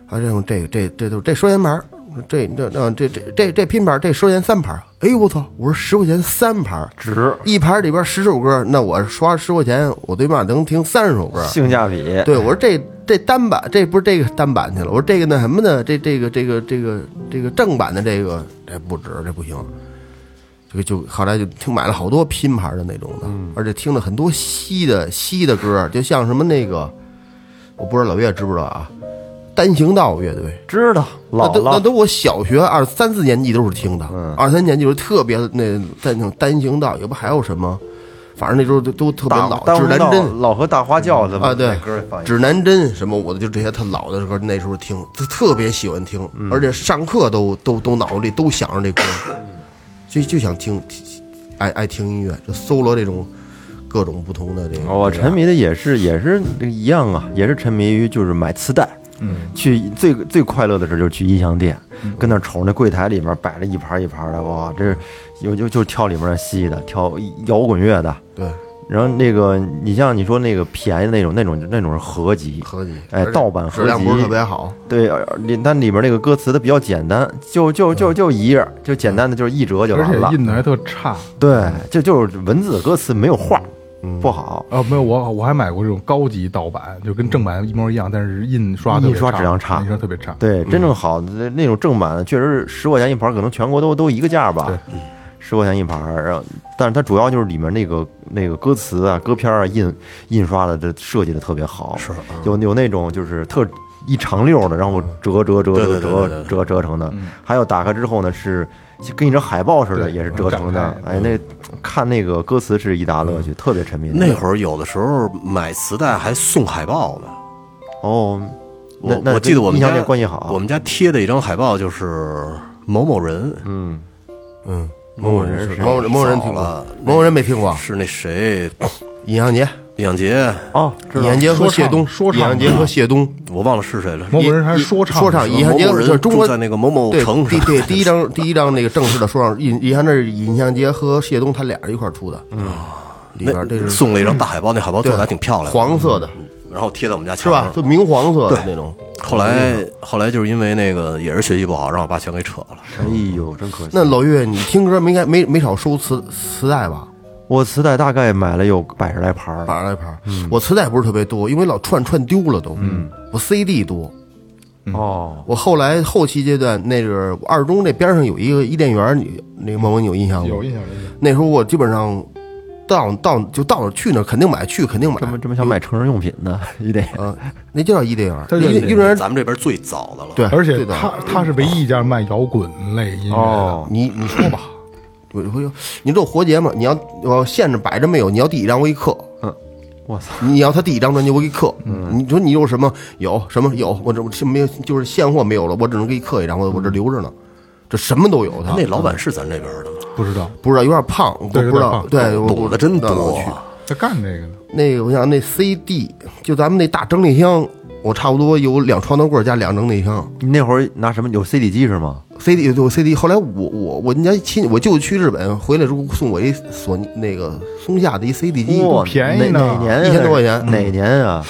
啊，这种这这这都这收银牌儿，这这这这这这这拼盘儿，这收银三盘儿，哎呦我操，我说十块钱三盘儿，
值，
一盘儿里边十首歌，那我刷十块钱，我最起码能听三十首歌，
性价比。
<laughs> 对，我说这这单版，这不是这个单版去了，我说这个那什么呢？这这个这个这个这个正版的这个这不值，这不行。这个就后来就听买了好多拼盘的那种的，
嗯
而且听了很多西的西的歌，就像什么那个，我不知道老岳知不知道啊？单行道乐队，
知道
那
老
都那
了，嗯
都我小学二三四年级都是听的，二三年级就是特别那在那种单行道，也不还有什么，反正那时候都都特别
大
老，
当
指南
道
针。
老和大花轿子
啊，对
那歌儿放，一
指南针什么，我的就这些特老的歌，那时候听，就特别喜欢听，而且上课都都都脑子里都想着这歌，就就想听，爱爱听音乐，就搜罗这种各种不同的这个。
我沉迷的也是也是一样啊，也是沉迷于就是买磁带。嗯，去最最快乐的事就是去音像店，跟那儿瞅那柜台里面摆着一盘一盘的，哇，这是有就就挑里面西的，挑摇滚乐的。
对，
然后那个你像你说那个便宜的那种那种那种是合集，
合集
哎
而且
盗版合集
质量不是特别好，
对，呃里但里面那个歌词它比较简单，就就就就一页，就简单的就是一折就
而
完了
且。印的还特差。
对，就就是文字歌词没有画，
嗯
不好，
啊，没有我我还买过这种高级盗版，就跟正版一模一样，但是印刷特别
印刷质量
差，
差
印刷特别差。
对，真
嗯
正好的那种正版的，确实十块钱一盘，可能全国都都一个价吧，十块钱一盘儿。然后，但是它主要就是里面那个那个歌词啊、歌片啊、印印刷的这设计的特别好，
嗯
是有有那种就是特一长溜儿的，然后折折折
对
折
对对对
折
对嗯
折折成的，还有打开之后呢是跟一张海报似的，
对
也是折成的
展。开
哎，那看那个歌词是一大乐趣，特别沉迷。
嗯那会儿有的时候买磁带还送海报呢。
哦，那
我
那
我记得我们
印象
家
店关系好，啊
我们家贴的一张海报就是某某人，
嗯
嗯，
某某人是
某某人某人听过
了，，
某某人没听过，
是那谁，
尹相杰，
李想杰，
哦，知
尹
道
相杰和
说唱
谢东，
说
尹
唱
相杰和谢东，
我忘了是谁了。
某某人还
一
是说唱，
说唱尹相
某
杰
某
是
人
中国
住在那个某某
对
城
第
市，
对第一张第一张那个正式的说唱，尹尹相这是尹相杰和谢东他俩人一块儿出的，嗯，里边这
那
是嗯
送了一张大海报，那海报做的还挺漂亮的，
黄色的，
然后贴在我们家
是
墙
吧
上？。
就明黄色的那种。
后来后来就是因为那个也是学习不好，让我爸全给扯了。
哎呦，真可惜。
那老岳，你听歌没该没没少收磁磁带吧？
我磁带大概买了有百十来盘儿，
板儿来盘儿，我磁带不是特别多，因为老串串丢了都。我 CD 多。
哦，
我后来后期阶段，那是我二中那边上有一个伊甸园，你那个梦梦你有印象吗？
有印象有印象。
那时候我基本上到到就到那儿去那儿肯定买，去肯定买
这。么这么想买成人用品呢，你得
呃，那就叫伊甸园
它，
伊
叫
伊甸园
咱们这边最早的了，
对，
而且
对的
他他是唯一一家卖摇滚类音乐
哦，
你你说吧， <clears throat> 我我有你这有活结吗？你要我现着摆着没有？你要第一张我给刻，
我操，
你要他第一张专辑我给刻，
嗯
你说你有什么有什么有？我这我是没有，就是现货没有了，我只能给你刻一张，我我这留着呢，这什么都有他。
啊那老板是咱这边的吗？
不知道
不知道有点胖，我不
对有
知
点
道
胖，
对，我
懂得真
不知道我去
多，
他干这个呢。
那个，我想那 CD 就咱们那大整理箱，我差不多有两床头柜儿加两整理箱。
你那会儿拿什么有 CD 机是吗？
CD 就 CD，后来我我我人家亲，我舅去日本回来之后送我一索尼那个松下的一 CD 机，
哇
便宜呢
哪哪年啊？
一千多块钱
哪年啊？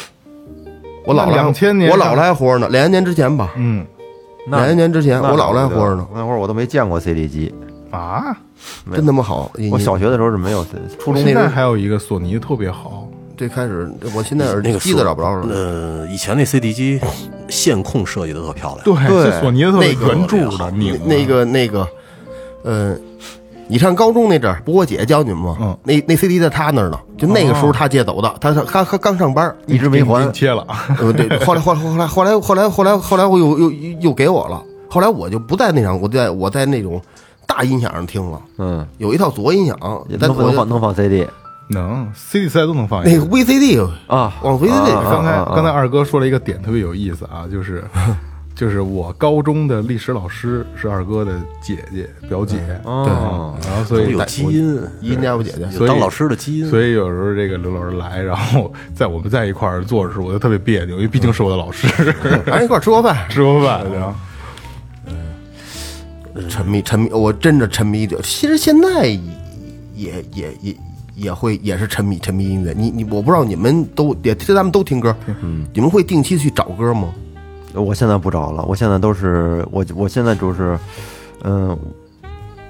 我姥姥还
2000年
我姥姥还活着呢，两千年之前吧，
嗯
那
两千年之前
那
我姥姥还活着呢，
那会儿我都没见过 CD 机，
啊，
没有
真他妈好。
我
你
小学的时候是没有 CD，初中
现在还有一个索尼特别好，
最开始，我现在耳
那个
机都找不
哦
着了。
呃，以前那 CD 机线控设计的特漂亮，
对，
对
是索尼的特别
那个
圆柱的拧的
那
嗯
个那个，呃，你上高中那阵儿，不我姐教你们吗？
嗯
那那 CD 在她那儿呢，就那个时候她借走的，她她她她刚上班儿，
哦一直没
给
还
你。切了啊，
呃，对，后来后来后来后来后来后来后来我又又又又给我了，后来我就不在那场，我在我在那种大音响上听了，
嗯，
有一套左音响，但
能不
我
能
就
放能放 CD
能 CD 赛都能放一
那
个
个。VCD
啊？
往 VCD
啊
上，
刚才
啊啊
刚才二哥说了一个点特别有意思啊，就是 <laughs> 就是我高中的历史老师是二哥的姐姐表姐，
哦，
然后所以
嗯有基因，
一家我姐姐，
有当老师的基因，
所以有时候这个刘老师来，然后在我们在一块儿坐的时候，我就特别别扭，因为毕竟是我的老师， <laughs>
哎咱一块儿吃过饭，
吃过饭，然后
沉迷沉迷，我真的沉迷酒。其实现在也也也也也会也是沉迷沉迷音乐。你你我不知道你们都也其实咱们都听歌，
嗯
你们会定期去找歌吗？
我现在不找了，我现在都是我我现在就是，嗯，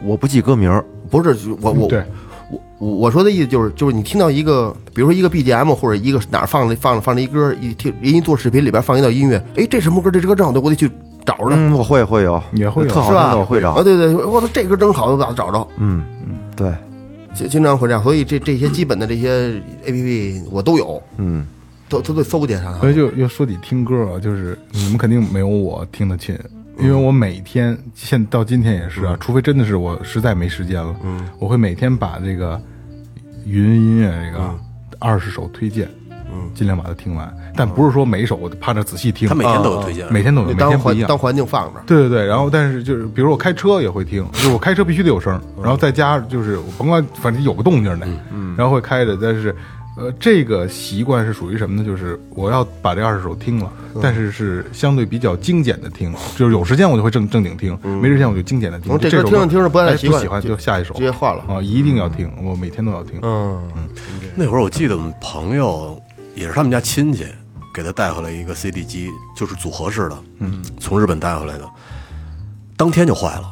我不记歌名儿，
不是，就我我
嗯对
我我我说的意思就是就是你听到一个，比如说一个 BGM 或者一个哪儿放了放了放了一歌，一听人一做视频里边放一道音乐，哎，这什么歌？这支歌正好对，我得去找着它。
嗯，我会会有，
也会有
特好
是
听
吧
的，我会找
啊，，对对，我操，这歌真好，我把它找着，
嗯嗯，对，
经经常会这样，所以这这些基本的这些 A P P 我都有，
嗯，
都都得搜去啊它。
所以就又说起听歌啊，就是你们肯定没有我听得勤，因为我每天现到今天也是啊，除非真的是我实在没时间了，嗯，我会每天把这个云音乐这个二十首推荐，嗯，尽量把它听完，但不是说每一首我趴着仔细听，
他每天都有推荐，
啊每天都有，
就
每
当
天不一
环
样
当。环境放着。
对对对，然后但是就是，比如我开车也会听，就是我开车必须得有声儿，
嗯
然后在家就是我甭管，反正有个动静儿得，然后会开着。但是，呃，这个习惯是属于什么呢？就是我要把这二十首听了，
嗯
但是是相对比较精简的听，就是有时间我就会正正经听，没时间我就精简的听。
嗯
就
这
首
歌听着听着不太
哎
习惯
喜欢
就
就下一首，
直接换了嗯
啊，一定要听，我每天都要听。嗯
那会儿我记得我们朋友也是他们家亲戚给他带回来一个 CD 机，就是组合式的，嗯，从日本带回来的，当天就坏
<laughs>
了，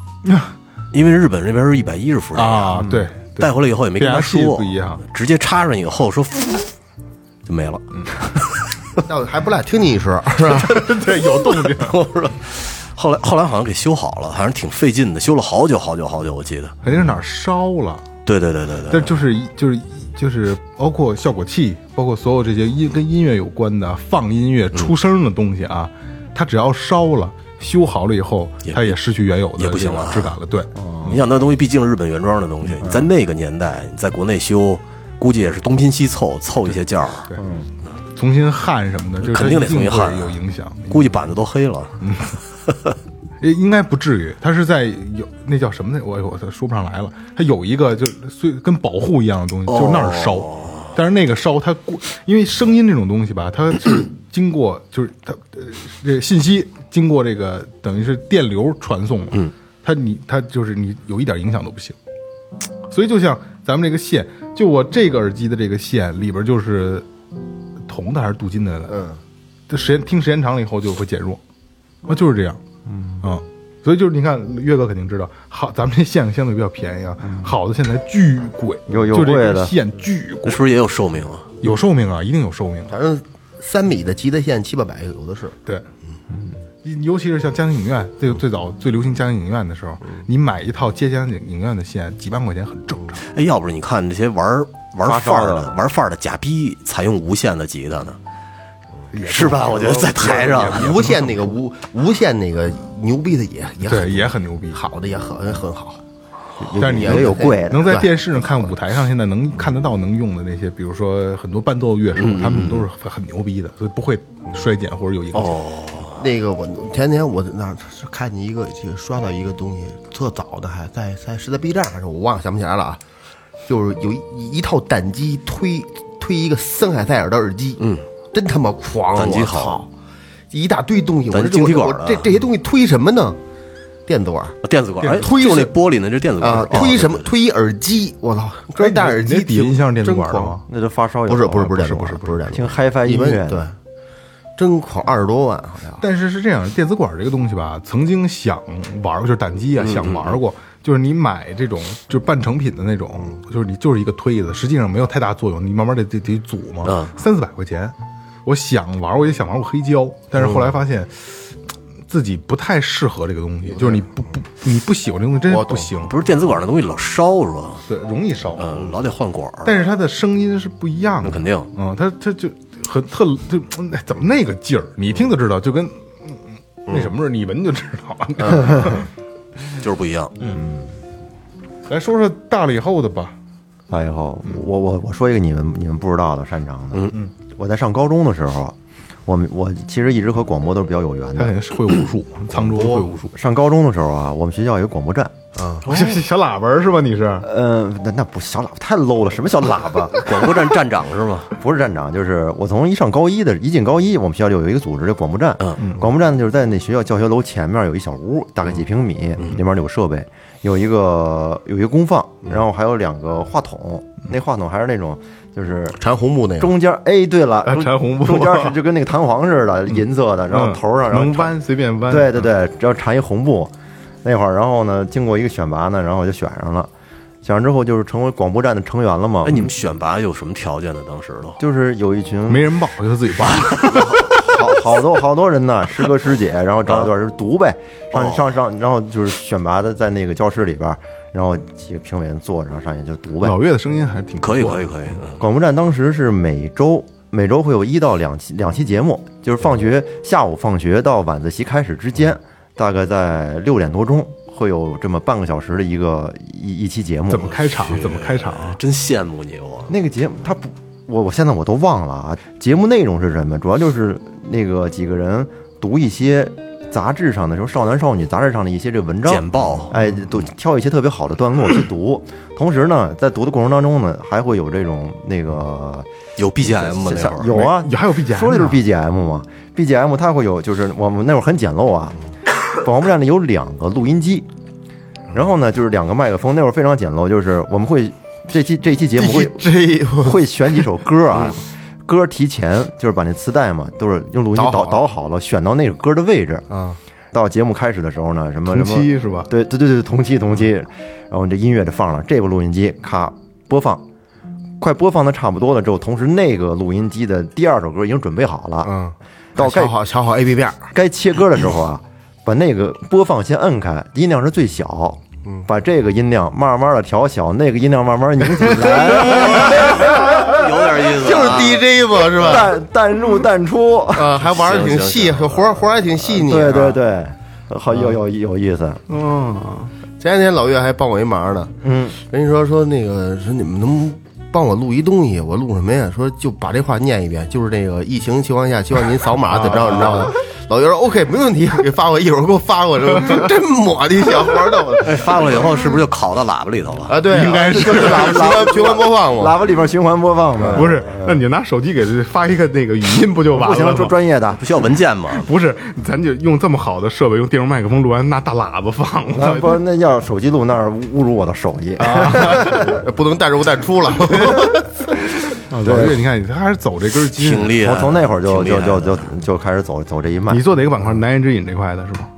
因为日本那边是一百一十伏特
嗯
啊，对，对
带回来以后也没跟他
变压器
说，
不一样，
直接插上以后说就没了。
那还不赖，听你一时是吧？
对，有动静，
我说后来后来好像给修好了，还是挺费劲的，修了好久好久好久，我记得。
肯定是哪儿烧了。
对对对对对
但，就是一就是一就是包括效果器，包括所有这些音跟音乐有关的放音乐出声的东西啊，它只要烧了。修好了以后，它也失去原有的
也不
这
行
个
了啊
质感了。对，
你想那东西毕竟是日本原装的东西，你在那个年代，你在国内修，估计也是东拼西凑凑一些件儿，
重新焊什么的，就
肯定得重新焊啊
有影响。
估计板子都黑了。
也应该不至于，它是在有那叫什么呢？我我说不上来了。它有一个就虽跟保护一样的东西，就那儿烧，但是那个烧它过，因为声音这种东西吧，它是经过就是它呃这信息经过这个等于是电流传送，嗯，它你它就是你有一点影响都不行。所以就像咱们这个线，就我这个耳机的这个线里边就是铜的还是镀金的来着？
嗯
这时间听时间长了以后就会减弱，啊，就是这样，嗯啊，所以就是你看岳哥肯定知道，好，咱们这线相对比较便宜啊，好的线材巨贵，
有有
就这
贵
个
的
线巨
那
贵
是，不是也有寿命啊？
有寿命啊，一定有寿命啊，
反正三米的极的线七八百有的是，
对。尤其是像家庭影院，最最早最流行家庭影院的时候，你买一套接家庭影院的线，几万块钱很正常。
哎，要不是你看这些玩儿玩
发
儿
烧
范儿
的
的玩儿范儿的假逼，采用无线的吉他呢，是吧？我觉得在台上
哎
无线那个无无线那个牛逼的也也
对，
很
也很牛逼。
好的也很很好，哎
但是你
也有贵的，
能在电视上看舞台上现在能看得到能用的那些，比如
嗯
说很多伴奏乐手，他们都是很很牛逼的，所以不会衰减或者有影响。
哦，
那个我前天我那是看见一个就刷到一个东西，特早的还在在是在 B 站还是我忘了想不起来了啊，就是有一一套单机推推一个森海塞尔的耳机，嗯，真他妈狂，
单机
我
好
操，一大堆东西，我
咱
这
晶体管
我
的
这这些东西推什么呢？电子管
电子管，哎，
推
就是那
是
玻璃呢，就是电子管哦
啊
是，吧
推什么？推一耳机，我操，这一戴耳
哎你
机
那底音
挺
像是电子啊
真
管的
狂
吗？
那就发烧友了。
不是不是不是
是
电子管，不是不是电子
听
管，
HiFi
一
音乐
般
呢
对，真狂，二十多万好像。
但是是这样，电子管这个东西吧，曾经想玩过，就是胆机
嗯
啊，想玩过，就是你买这种就是半成品的那种，就是你就是一个推子，实际上没有太大作用，你慢慢得得得组嘛，
嗯
三四百块钱，我想玩，我也想玩过黑胶，但是后来发现。自己不太适合这个东
嗯
西，就是你不不你不喜欢这东西，真是不行，
不是电子管的东西老烧是吧？
对，容易烧。
嗯，老得换管儿，
但是它的声音是不一样的，
那肯定
嗯，它它就很特就嗯哎怎么那个劲儿，你一听就知道，就跟嗯那什么似的，你一闻就知道。
嗯
<laughs>
就是不一样。
来说说大了以后的吧，
哎呦，我我我说一个你们你们不知道的擅长的，嗯嗯，我在上高中的时候，我们我其实一直和广播都是比较有缘
他肯
的。
定是会武术，沧州
哎
会武术。
上高中的时候啊，我们学校有一个广播站，哦
小小喇叭儿是吧？你是
嗯、那那不小喇叭太 low 了，什么小喇叭？
<laughs> 广播站站长是吗？
不是站长，就是我从一上高一的，一进高一，我们学校里有一个组织叫广播站，
嗯，
广播站就是在那学校教学楼前面有一小屋，大概几平米，
嗯
里面有设备，有一个有一个功放，然后还有两个话筒，
嗯
那话筒还是那种
哎
就是
缠红布那个，
中间，哎，对了
啊，
中
缠红布
中间是就跟那个弹簧似的，
嗯
银色的，然后头上然后
能
缠，
弯，随便弯。
对对对，然后缠一红布。那会儿，然后呢，经过一个选拔呢，然后我就选上了，选上之后就是成为广播站的成员了嘛
哎，。你们选拔有什么条件呢？当时都
就是有一群
没人报就他自己报。
嗯好好多好多人
<laughs>
呢，师哥师姐，然后
啊
找一段人读呗，
哦
上上上，然后就是选拔的在那个教室里边儿，然后几个评委坐着，然后上去就读呗。
老岳的声音还是挺
可以，
以。
可以，可以。嗯
广播站当时是每周每周会有一到两期两期节目，就是放学下午放学到晚自习开始之间，大概在六点多钟会有这么半个小时的一个一一期节目
怎。么开场？怎么开场啊？
真羡慕你我。
那个节目它不，我我现在我都忘了啊，节目内容是什么？主要就是那个几个人读一些杂志上的，什么少男少女杂志上的一些这个文章
简报
哎，读挑一些特别好的段落去读。同时呢，在读的过程当中呢，还会有这种那个
有 BGM 吗？那
像
会儿
有啊，
有还有 BGM
说的就是
呢
BGM 嘛，BGM 它会有，就是我们那会儿很简陋啊，广播站里有两个录音机，然后呢就是两个麦克风，那会儿非常简陋，就是我们会这期这期节目会
这
会选几首歌啊，歌提前就是把那磁带嘛，都是用录音机导导好了，选到那首歌的位置
啊。
到节目开始的时候呢，什么
嗯同
什么
期是吧？
对对对对，同期同期，然后你这音乐就放了，这部录音机咔播放，快播放的差不多了之后，同时那个录音机的第二首歌已经准备好了，
嗯，
到该
瞧好瞧好 A P P，
该切歌的时候啊，把那个播放先摁开，音量是最小。
嗯
把这个音量慢慢的调小，那个音量慢慢拧起来，
有点意思啊，
就是 DJ 嘛，是吧？
淡淡入淡出。
<laughs> 啊，还玩的挺细，活儿活儿还挺细腻。啊
对对。对，好有有有意思。
嗯
前两天老岳还帮我一忙呢，
嗯，
人家说说那个说你们能不能帮我录一东西，我录什么呀？说就把这话念一遍，就是那个疫情情况下，希望您扫
啊
码怎么着怎么着的。老岳说 OK，没问题，给发过来，一会儿给我发过来。
<laughs>
这真抹的小活儿逗的
哎发过来以后是不是就拷到喇叭里头了？
啊，对啊，
应该
<laughs>
是
就是喇叭循环播放嘛。
喇叭里边循环播放嘛，
不是，那你拿手机给他发一个那个语音不就完
不行
了
了，专
吗？
专业的
不需要文件吗？
不是，咱就用这么好的设备，用电容麦克风录完，拿大喇叭放。
啊，不，那要手机录那儿侮辱我的手艺 <laughs> 啊！
不能淡入淡出了。
老岳，你看你他还是走这根筋。
挺厉害
我
的，
从那会儿就
挺
就
厉害
就
的
就就开始走走这一脉
你。做哪个板块？男人之饮这块的是吧？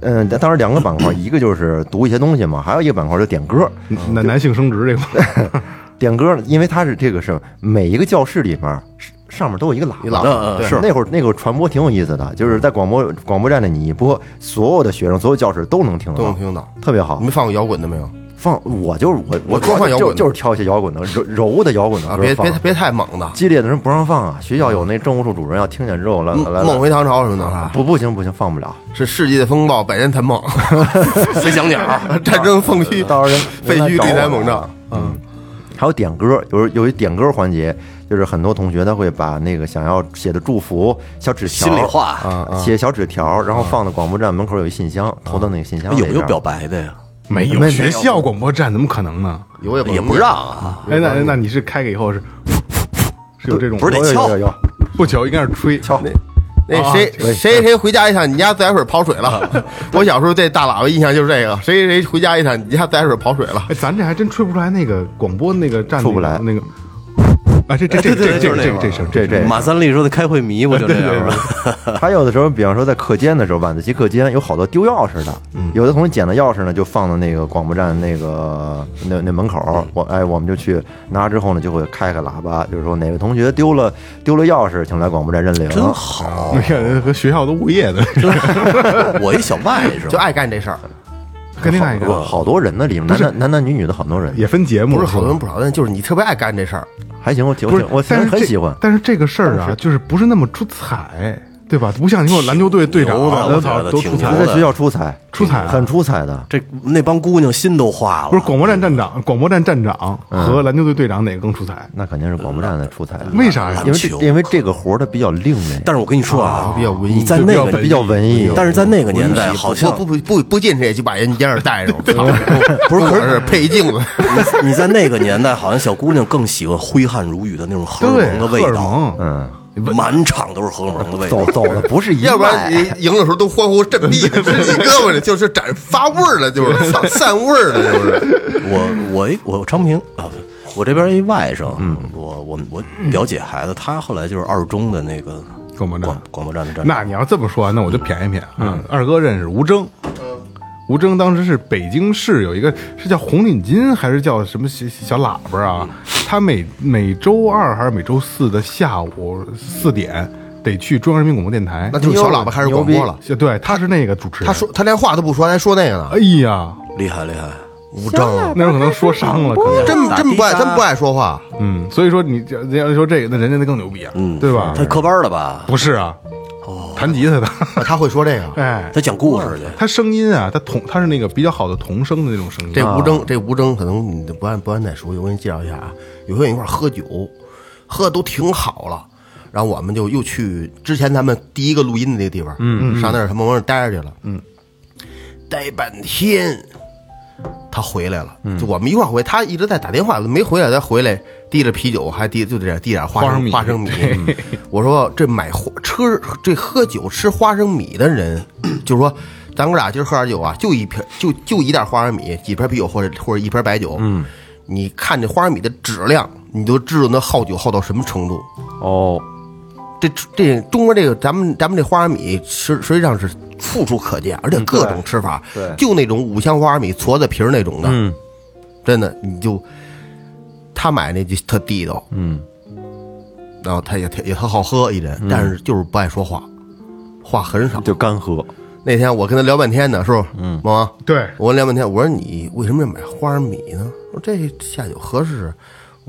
嗯，但当时两个板块，一个就是读一些东西嘛，还有一个板块就点歌。
男男性生殖这块。
点歌呢，因为它是这个是每一个教室里面是上面都有一个喇
一喇
叭。
叭
嗯嗯
对
是
那会儿那会儿传播挺有意思的，就是在广播广播站里你一播，所有的学生所有教室都能听
都能
到，
听到。
特别好
你。们放过摇滚的没有？
放我就是我
我
主要
多放摇滚
就就是挑一些摇滚的柔柔的摇滚的
啊，
歌
别
放
别别太猛的，
激烈的人不让放啊，学校有那政务处主任要听见之后来来来
嗯梦回唐朝什么的啊，
不不行不行放不了，
是世界的风暴，百年残 <laughs> 梦，
飞翔鸟，
战争废
<laughs>
墟，
到时候人
废墟
人来找我嗯
地坛猛
了
仗。
还有点歌，有有一点歌环节，就是很多同学他会把那个想要写的祝福小纸条，
心里话
啊，写小纸条，然后放到广播站门口有一信箱，投到那个信箱里
哎有没有
边
表白的呀？
没有学校广播站怎么可能呢？
有也
也不让啊，
哎，那那你是开开以后是是有这种
不是得
有
敲
有有有，
不巧应该是吹敲
那哎谁谁谁回家一趟，你家自来水跑水了。我小时候对大喇叭印象就是这个，谁谁谁回家一趟，你家自来水跑水了。
哎，咱这还真吹不出来那个广播那个站
出不来
那个。啊，这这这这这这这这声，
这这
马三立说的开会迷不就这样吗？
<laughs> 还有的时候，比方说在课间的时候，晚自习课间有好多丢钥匙的，
嗯
有的同学捡了钥匙呢，就放到那个广播站那个那那门口，我哎我们就去拿之后呢，就会开开喇叭，就是说哪位同学丢了丢了钥匙，请来广播站认领。
真好，
你看和学校都物业的，
我一小外甥
就，哎爱干这事儿，
肯定爱
不
干，
好多人呢，里面男男男男女女的很多人，
也分节目，
不是好
吧
多人不少，但就是你特别爱干这事儿。
还行，我挺
不是，
我挺
但
我
是
很
这
喜欢。
但是这个事儿啊，就是不是那么出彩，对吧？不像你说篮球队队长，啊
挺牛的
我
我
操
觉，得
都
挺
出彩
牛
他
的
了。
在学校出彩，
呃出彩啊
很出彩的。
这那帮姑娘心都化了。
不是广播站站长、广播站站长和篮球队队长哪个更出彩？
那肯定是广播站的出彩的，
为啥呀
因为
篮
这
球
因为这个活儿它比较另类，
但是我跟你说啊，
比较文艺
你在那
就比较
个
文
比较文艺。
但是在那个年代，好像
不不不不进去也就把人家人带上，我操 <laughs>
不是
我
可是
是配一镜子，
你在那个年代，好像小姑娘更喜欢挥汗如雨的那种荷尔
对
蒙的，味
荷尔
道，
蒙，
嗯，
满场都是荷尔蒙的
<laughs>
味道
走。走的不是一
要不然
脉，
你赢的时候都欢呼振臂，直起胳膊了，就是展发味儿了，就是散散味儿了，就是。
我我一我昌平啊，我这边一外甥，我我我表姐孩子，她后来就是二中的那个
广播站
广广播站的站长，
那你要这么说，那我就谝一谝
嗯
啊。二哥认识吴征，吴征当时是北京市有一个是叫红领巾还是叫什么小小喇叭啊？他每每周二还是每周四的下午四点得去中央人民广播电台
那。就是小喇叭开始广播了。
是对，他是那个主持人。
他说他连话都不说，还说那个呢，
哎呀，
厉害厉害，
五张
那时候可能说伤了，可能
真真不爱真不爱说话，
嗯，所以说你这人家说这个，那人家那更牛逼啊，
嗯，
对吧
他？科班的吧？
不是啊，
哦
弹吉他的， <laughs>
啊他会说这个。 <laughs>
哎，
他讲故事去，
他声音啊，他童他是那个比较好的童声的那种声音，
这吴征，这吴征可能你不按不按太熟悉，我给你介绍一下啊。有一回我们一块儿喝酒，喝的都挺好了，然后我们就又去之前咱们第一个录音的那个地方，嗯，上那儿他慢慢待着去了，嗯，待半天，他回来了，就我们一块儿回，他一直在打电话，没回来，他回来递着啤酒，还递就得递点花
花生米
花生米。我说这买花吃这喝酒吃花生米的人， <clears throat> 就是说咱哥俩今儿喝点酒啊，就一瓶就就一袋花生米，几瓶啤酒或者或者一瓶白酒，嗯，你看这花生米的质量，你就知道那好酒好到什么程度。
哦，
这这中国这个咱们咱们这花生米实实际上是处处可见，而且各种吃法，
嗯对
就那种五香花生米矬子皮儿那种的，
嗯
真的你就他买那就特地道，
嗯，
然后他也特也特好喝一人，但是就是不爱说话，话很少。
就干喝，
那天我跟他聊半天呢，是不是？嗯，王王，
对
我跟他聊半天，我说你为什么要买花生米呢？我说这下酒合适啊。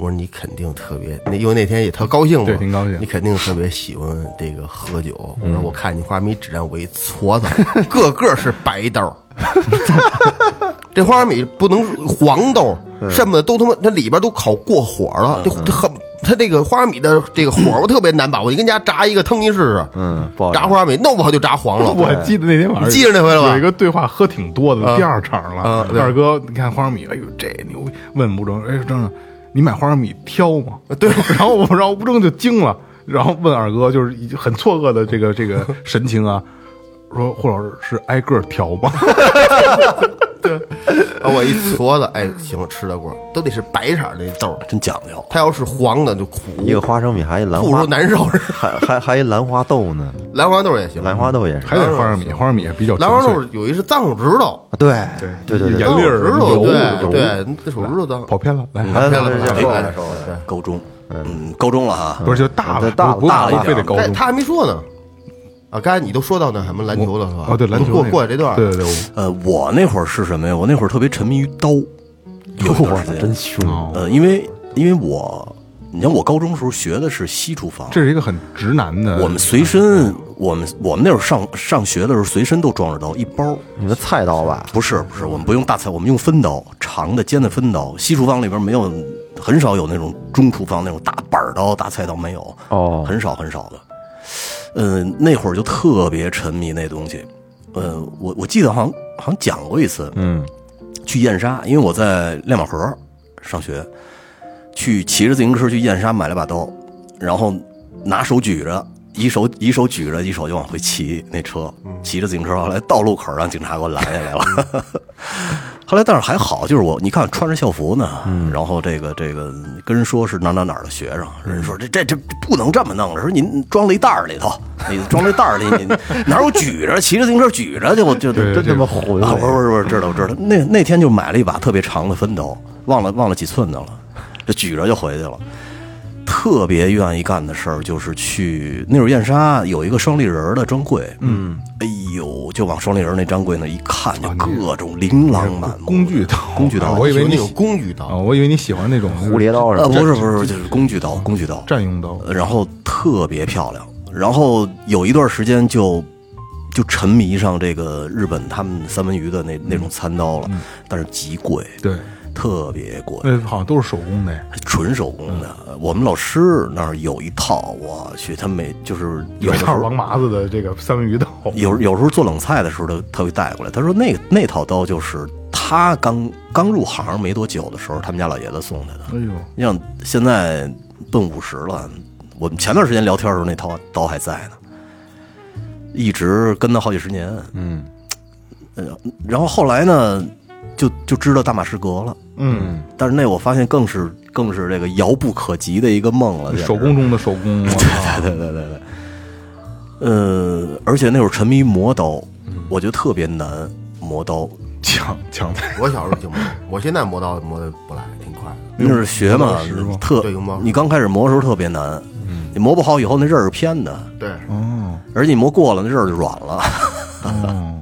我说你肯定特别，那因为那天也特高兴嘛，
对挺高兴嗯
你肯定特别喜欢这个喝酒。我说我看你花生米质量，我一矬子，个个是白豆儿。 <laughs> 这花生米不能黄豆，什么都他妈它里边都烤过火了，这这很它这个花生米的这个火候特别难把握。你跟家炸一个腾一试试，
嗯，不好意思
炸花生米弄不好就炸黄了。
我记得那天晚上
你记着那回了吧
有一个对话喝挺多的，第二场了
啊。对
二哥，你看花生米，哎呦这牛逼！问吴征，哎征征，你买花生米挑吗？
啊
对， <laughs> 然后我然后吴征就惊了，然后问二哥，就是已经很错愕的这个这个神情啊，说霍老师是挨个挑吗？ <laughs>
啊，我一矬子，哎，行，吃得过，都得是白色儿的豆儿，
真讲究。
它要是黄的就苦，
一个花生米还一哎兰
苦
花
出，难受。 <laughs>
还还还一兰花豆呢，
兰花豆儿也行，
兰花豆也是
还，得花生米，花生米比较
兰花
纯
豆
粹
儿有一是藏手指头，
对对对对
盐
藏
粒
手
儿
指
油
头，
油
对对，那手指头脏。
跑偏了，来。啊
还
偏了
还
哎偏
还
了偏了偏了对
高中，嗯，高中了哈，
不是就大了，
对大了
不
大了一
不
点
非得高
哎，
中
他还没说呢。啊，刚才你都说到那什么篮球了是吧？
哦，对篮球
过
那个
过这段儿，
对对对，我
呃，我那会儿是什么呀？我那会儿特别沉迷于刀，
<laughs>
有一段时间
真凶，
哦
呃，因为因为我，你看我高中时候学的是西厨房，
这是一个很直男的。
我们随身，我们我们那会儿上上学的时候，随身都装着刀，一包。
你们菜刀吧？
不是不是，我们不用大菜，我们用分刀，长的尖的分刀。西厨房里边没有很少有那种中厨房那种大板儿刀、大菜刀没有，
哦
很少很少的。呃，那会儿就特别沉迷那东西。呃，我我记得好像好像讲过一次，
嗯
去燕莎，因为我在亮马河上学，去骑着自行车去燕莎买了把刀，然后拿手举着，一手一手举着，一手就往回骑那车，骑着自行车，后来到路口让警察给我拦下来了。后来但是还好，就是我你看穿着校服呢，
嗯
然后这个这个跟人说是哪哪哪儿的学生，人说这这这这不能这么弄了，说您装了一袋儿
<laughs>
里头，你装这袋儿里你哪有举着骑着自行车举着去，我就
对
真
这
他
个
妈混
啊，不是
了，
不是不是，知道我知道。那那天就买了一把特别长的分刀，忘了忘了几寸的了，就举着就回去了。特别愿意干的事儿就是去那会儿燕莎有一个双立人儿的专柜，嗯，哎呦，就往双立人儿那专柜那一看，就各种琳琅满目
啊工具刀，
工具刀
啊我以为
那
你
种工具刀
啊，，我以为你喜欢那种
蝴蝶刀什
呃，
么的，
不是不是，就是工具刀，
嗯
工具刀，呃
战用刀，
然后特别漂亮，然后有一段时间就就沉迷上这个日本他们三文鱼的那那种餐刀了，但是极贵，
嗯对，
特别贵，
那哎好像都是手工的，
纯手工
嗯
的。我们老师那儿有一套，我去，他每就是有
有
的
一
时
套
候
王麻子的这个三文鱼刀，
有有时候做冷菜的时候，他他会带过来。他说那那套刀就是他刚刚入行没多久的时候，他们家老爷子送他的。
哎呦，
你想现在奔五十了，我们前段时间聊天的时候，那套刀还在呢，一直跟了好几十年。呃
嗯
然后后来呢，就就知道大马士革了。
嗯，
但是那我发现更是更是这个遥不可及的一个梦了，简直
手工中的手工，啊我操
对对对对。呃，而且那会儿沉迷磨刀，我觉得特别难磨刀。
抢抢菜，
我小时候挺磨，我现在磨刀磨的不来，挺快的。
那是学嘛
磨刀石吗，
特
对用嗯磨石
你刚开始磨的时候特别难，你磨不好以后那刃儿是偏的，
对，
哦
而且你磨过了那刃儿就软了。
哦，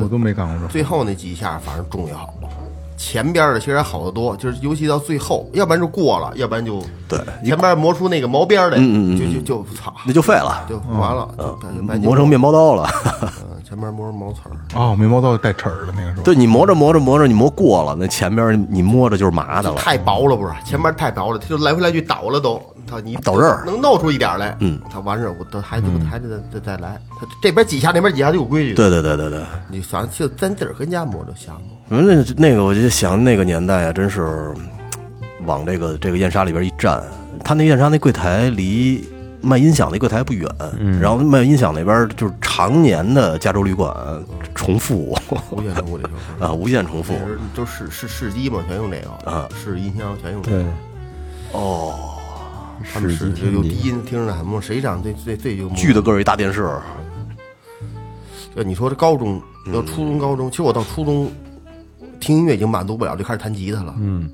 我都没干过这活，
最后那几下反正终于好了，前边的其实还好得多，就是尤其到最后，要不然就过了，要不然就
对
前边磨出那个毛边儿来，
嗯嗯嗯
就就就操，
那就废了，
就完了，就感觉白金
磨成面包刀了。
嗯前边磨成毛刺儿，
哦，眉毛刀带齿儿的那个是吧？
对你磨着磨着磨着，你磨过了，那前边你摸着就是麻的了。
太薄了不是，前边太薄了，它就来回来去倒了都，它你
倒刃儿
能弄出一点儿来，
嗯，
它完事儿我都还得还得再再来，它这边几下那边几下就有规矩，，
对对对对对，
你反正就咱自个儿跟家磨就瞎磨，
嗯那那个我就想那个年代啊，真是往这个这个燕莎里边一站，他那燕莎那柜台离卖音响那柜台不远，
嗯
然后卖音响那边就是常年的加州旅馆重复 <laughs>
无限重复这小事儿。
啊，无限重复
其。实都是是试机嘛，全用这个
啊
试音箱全用这个。
哦，
他们是有低音听着很懵，谁长最最最就
巨的个儿一大电视，
就你说这高中，要初中、高中，其实我到初中听音乐已经满足不了，就开始弹吉他了。嗯，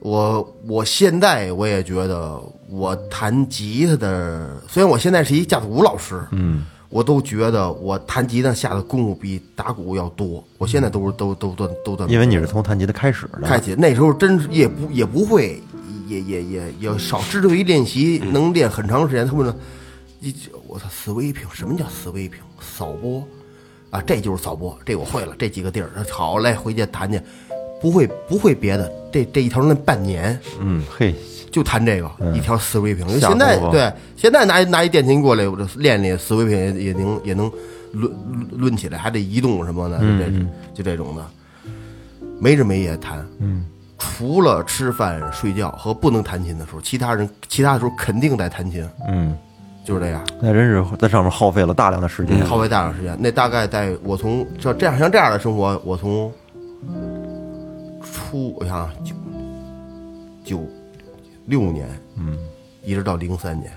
我我现在我也觉得我弹吉他的，虽然我现在是一架子鼓老师，嗯，我都觉得我弹吉他下的功夫比打鼓要多。我现在都是都都都都都，
因为你是从弹吉他开始的，
开启那时候真是也不也不会，也也也也少之所以练习能练很长时间。他们说，一我操，sweeping，什么叫 sweeping？扫拨啊，这就是扫拨，这我会了，这几个地儿。好嘞，回家弹去，不会不会别的，这这一条那半年
嗯嘿，
就弹这个、一条 sweeping。因为
嗯下
现在
功夫
对现在拿一拿一电琴过来，我这练练 sweeping 也也能也能抡抡抡起来，还得移动什么的，
嗯
就这种就这种的。没日没夜弹，嗯，除了吃饭、睡觉和不能弹琴的时候，其他人其他的时候肯定在弹琴，
嗯，
就是这样，
那真是在上面耗费了大量的时间，
嗯耗费大量时间。那大概在我从像这样像这样的生活，我从初我想想九九六年，嗯，一直到零三年，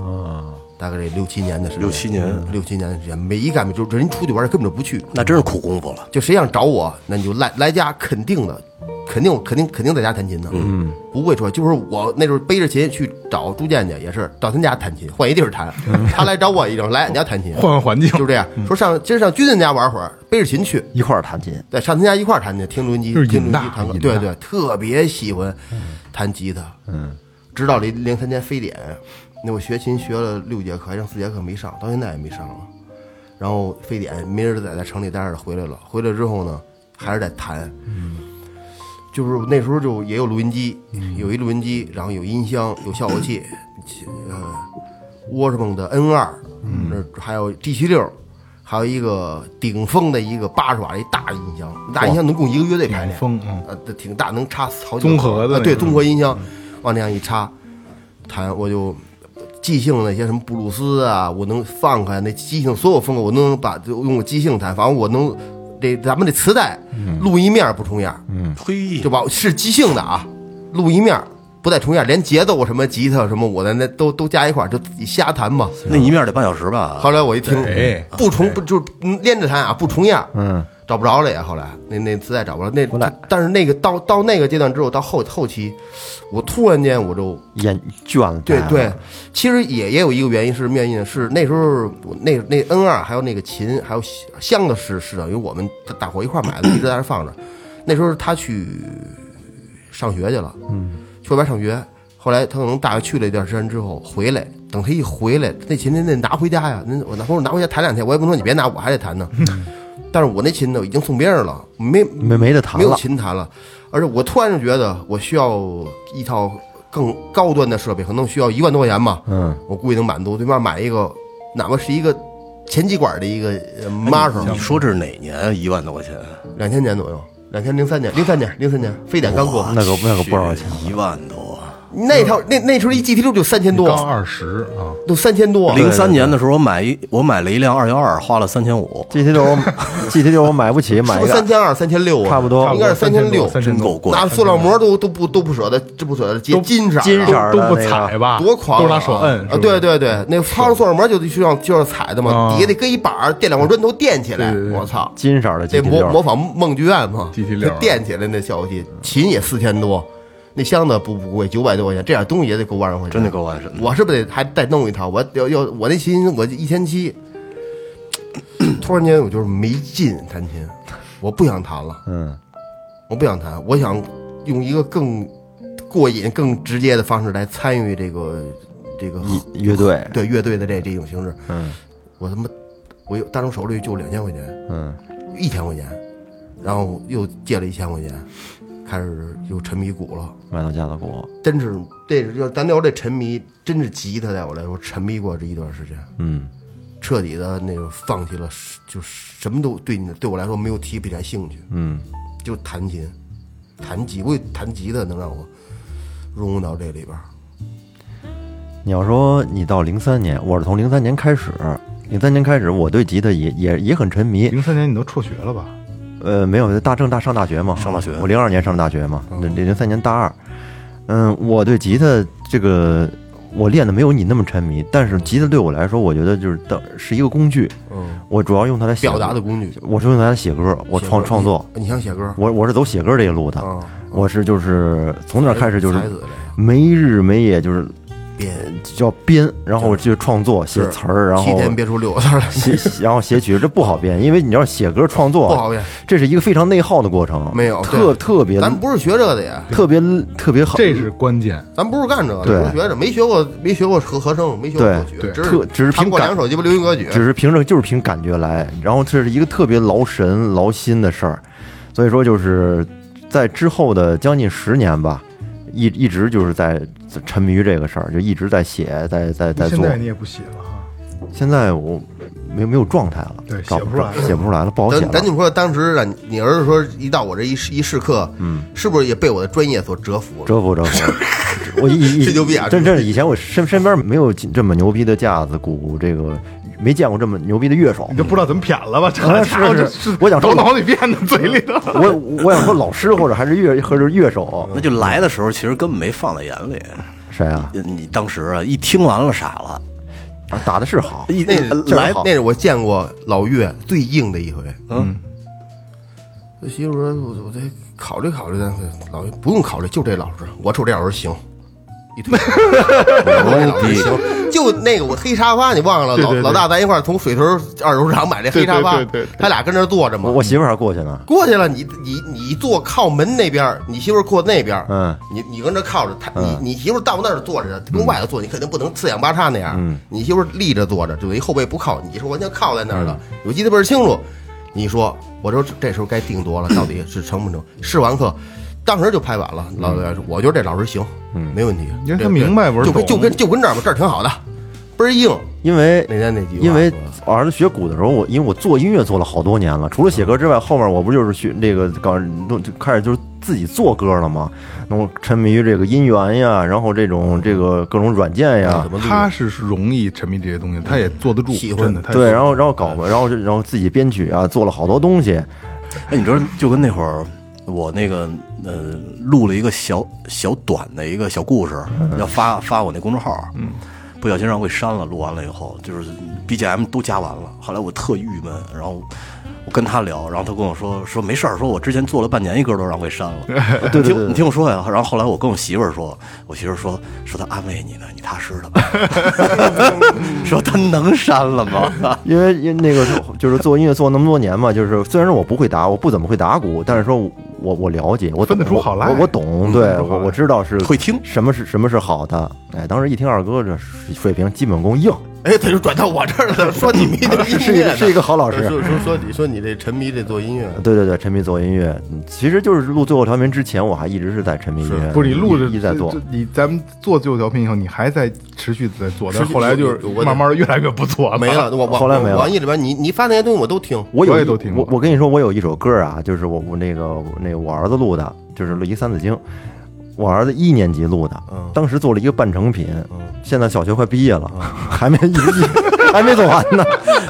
啊，大概这六七年的时间，
六七年
嗯六七年的时间，没干没就是人出去玩儿根本就不去，
那真是苦功夫了。
就谁想找我，那你就来来家，肯定的，肯定肯定肯定在家弹琴的，嗯，不会说就是我那时候背着琴去找朱建去，也是到他家弹琴，换一地儿弹，他来找我一声，来你要弹琴，
换换环境，
就这样，说上今儿上军人家玩会儿，背着琴去，
一块儿弹琴，
对，上他家一块儿弹去，听录音机，
就是
听
瘾
录音
大
机弹歌，
瘾
对
大
对，特别喜欢弹吉他，嗯，直到零零三年非典，那我学琴学了六节课，还剩四节课没上，到现在也没上了。然后非典没人在在城里待着了，回来了，回来之后呢，还是在弹，就是那时候就也有录音机，
嗯
有一录音机，然后有音箱，有效果器，呃，沃士梦的 N 二，嗯，还有 G 七六，还有一个顶峰的一个八十瓦的一大音箱，大音箱能供一个乐队排练，
风嗯，
呃，这挺大，能插好几
综合的那
啊
嗯
对，
种
综合音箱，往那样一插，弹我就即兴那些什么布鲁斯啊，我能放开那即兴所有风格，我都能把就用我即兴弹，反正我能这咱们这磁带
嗯
录一面儿不重样儿，
嘿
对，吧？是即兴的啊，录一面儿不带重样儿，连节奏什么吉他什么我的那都都加一块儿，就自己瞎弹嘛。
那一面得半小时吧？
后来我一听
对，
不重不就是嗯连着弹啊，不重样，嗯，找不着了也。后来那那磁带找不着，那但是那个到到那个阶段之后，到后后期，我突然间我就
眼倦了，
对
大
对
家，
其实也也有一个原因是什么原因呢？是那时候我那那 N 二还有那个琴还有箱子是是等于我们大大伙一块儿买的，一直在那儿放着。那时候他去上学去了，嗯，去外边上学。后来他可能大学去了一段时间之后回来，等他一回来，那琴得得拿回家呀。那我拿我拿回家弹两天，我也不能说你别拿，我还得弹呢。但是我那琴呢已经送别人了，没
没没得谈
没有
了，
琴弹了，而且我突然就觉得我需要一套更高端的设备，可能需要一万多块钱吧。
嗯，
我估计能满足，对面买一个，哪怕是一个前几管的一个呃 Marshall，
你说这是哪年？一万多块钱，
两千年左右，两千零三年，零三年，零三年，非典刚过，
那个那个不少钱，
一万多。
那套那那时候一 GT 六就三千
刚
多，哦
二十啊，
都三千多，
零三年的时候，我买一我买了一辆二幺二，花了三千五，
G
<laughs>
T 六我 G T 六我买不起，
是
买
不
一
是三
个
千二、三千六啊？
差不多
差不
应该
多
是
三
千六，
三千
真够
多，
贵。
拿塑料膜都都不都不舍得，这不舍得接金色儿的
金色儿
都
的
不
那个
踩吧，
多狂、啊，
都是拿手摁
啊！对，对对，那个抛了塑料膜就就让就让踩的嘛，
啊
底下得搁一板儿垫两块砖头垫起来
对对，对
我操！
金色的 G
这
T
模模
六，
仿梦剧院嘛
GT6
就垫起来那效果器，琴也四千多，那箱子不不贵，九百多块钱，这点东西也得够万来块钱，
真的够万神的
我是不是得还再弄一套？我要要我那琴我一千七，突然间我就是没劲弹琴，我不想弹了，
嗯，
我不想弹，我想用一个更过瘾、更直接的方式来参与这个这个
乐队，
对乐队的这这种形式。嗯，我他妈我有当时手里就两千块钱，
嗯，
一千块钱，然后又借了一千块钱，开始又沉迷鼓了。
买到家的鼓，
真是，这是要咱聊这沉迷，真是吉他在我来说沉迷过这一段时间，
嗯，
彻底的那种放弃了，就是什么都对你对我来说没有提不起来兴趣，
嗯，
就弹琴，弹吉，我也弹吉他能让我融入到这里边儿。
你要说你到零三年，我是从零三年开始，零三年开始我对吉他也也也很沉迷，
零三年你都辍学了吧？
呃，没有，大正大上大学嘛，上大学，我哦零二年上大学嘛，零零三年大二，嗯，我对吉他这个我练的没有你那么沉迷，但是吉他对我来说，我觉得就是当是一个工具，
嗯，
我主要用它来写
表达的，工具，
我是用它来写歌，我创创作，
你想写歌，
我我是走写歌这一路的，
啊，
我是就是从那儿开始哎就是
才子来
没日没夜就是
编，
叫编，然后就创作写词儿，然
七
后
天憋出六个字
<laughs>
儿
<laughs>
来，
写然后写曲，这不好编，因为你要写歌创作
不好编，
这是一个非常内耗的过程，
没有
特
对
特别
咱不是学这个的呀，
特别特别好，
这是关键，
咱不是干这个，
对
的，不是学这，没学过，没学过和和声，没学过
对
作曲
对，
只是
特只是
弹
凭
过
感
两首鸡巴流行歌曲，
只是凭着就是凭感觉来，然后这是一个特别劳神劳心的事儿，所以说就是在之后的将近十年吧，一一直就是在沉迷于这个事儿，就一直在写，在在在
现
做。
在你也不写了哈，
现在我没没有状态了，
对
搞
写不出来了
写不出来了，不好写
咱咱
了。
就说，当时啊，你你儿子说一到我这一试一试课，嗯，是不是也被我的专业所折服了？
折服折服， <laughs> 我以以
这牛逼啊
真真是以前我身身边没有这么牛逼的架子鼓，这个没见过这么牛逼的乐手
你。都不知道怎么谝了吧？这
啊
家伙
是
这
是我想说
头脑里变的嘴里头。
我我想说老师或者还是乐或者是乐手，
那就来的时候，其实根本没放在眼里。
谁啊？
你当时啊，一听完了傻了，
啊打的是好，
一
那
劲儿
来
好
那是我见过老岳最硬的一回。
嗯，
我媳妇说：“我我得考虑考虑。”咱老岳不用考虑，就这老师，我瞅这老师行。一推，我瞅
嗯
这老师行，就那个我黑沙发，你忘了？老
对对对
老大，咱一块儿从水头二手市场买这黑沙发
对对对对对，
他俩跟那儿坐着嘛
我。我媳妇儿还过去呢。
过去了，你你你坐靠门那边儿，你媳妇儿坐那边儿，
嗯，
你你跟这靠着，他
嗯
你你媳妇儿到那儿坐着，跟外头坐，你肯定不能四仰八叉那样，嗯，你媳妇儿立着坐着，就一后背不靠，你是完全靠在那儿的，
嗯
我记得倍
嗯
儿清楚。你说，我说这时候该定夺了，到底是成不成？试完课，当时就拍板了。老师说，我觉得这老师行，嗯，没问题，
因为他
这
明白玩
就跟
懂
就跟就跟这儿吧，这儿挺好的，倍儿硬。
因为
那天那句话
因为
说的
我儿子学鼓的时候，我因为我做音乐做了好多年了，除了写歌之外，后面我不就是学这个搞弄就开始就是自己做歌了吗？那我沉迷于这个音源呀，然后这种这个各种软件
啊
呀，
他是容易沉迷这些东西，他也坐得住，
嗯喜欢
真的。他也坐
对，
得
然
住
后然后搞
哎
吧，然后就然后自己编曲啊，做了好多东西，
哎，你知道，就跟那会儿我那个呃，录了一个小小短的一个小故事，
嗯
要发发我那公众号，嗯，不小心让我给删了。录完了以后，就是 BGM 都加完了，后来我特郁闷，然后我跟他聊，然后他跟我说说没事儿，说我之前做了半年一歌都让我给删了。
<laughs> 对对对
你听你听我说呀，然后后来我跟我媳妇儿说，我媳妇儿说说她安慰你呢，你踏实
<laughs>
了吧，说她能删了
<laughs>
吗？
因为因为那个时候就是做音乐做那么多年嘛，就是虽然说我不会打，我不怎么会打鼓，但是说我我了解，我懂
分得出好赖嗯
我我懂，对我我知道是
会听
什么是什么是好的。哎，当时一听二哥这水平基本功硬，
哎，他就转到我这儿了，说你迷这
是 <laughs> 是
音
一
乐
个
呢
是一个好老师
说说说你说你这沉迷这做音乐，
对对对，沉迷做音乐，嗯其实就是录最后调频之前，我还一直是在沉迷音乐，
不是你录着
一直在做
这，这你咱们做最后调频以后，你还在持续地在做，但
持续
后来就是
我我
慢慢地越来越不做了，
没了，我我
后来没了
我一直边你你发那些东西我都听，
我有
我
一
也都听过
我我跟你说，我有一首歌啊，就是我我那个那我儿子录的，就是录一《三字经》，我儿子一年级录的，
嗯
当时做了一个半成品，现在小学快毕业了，还没一直还没做完呢。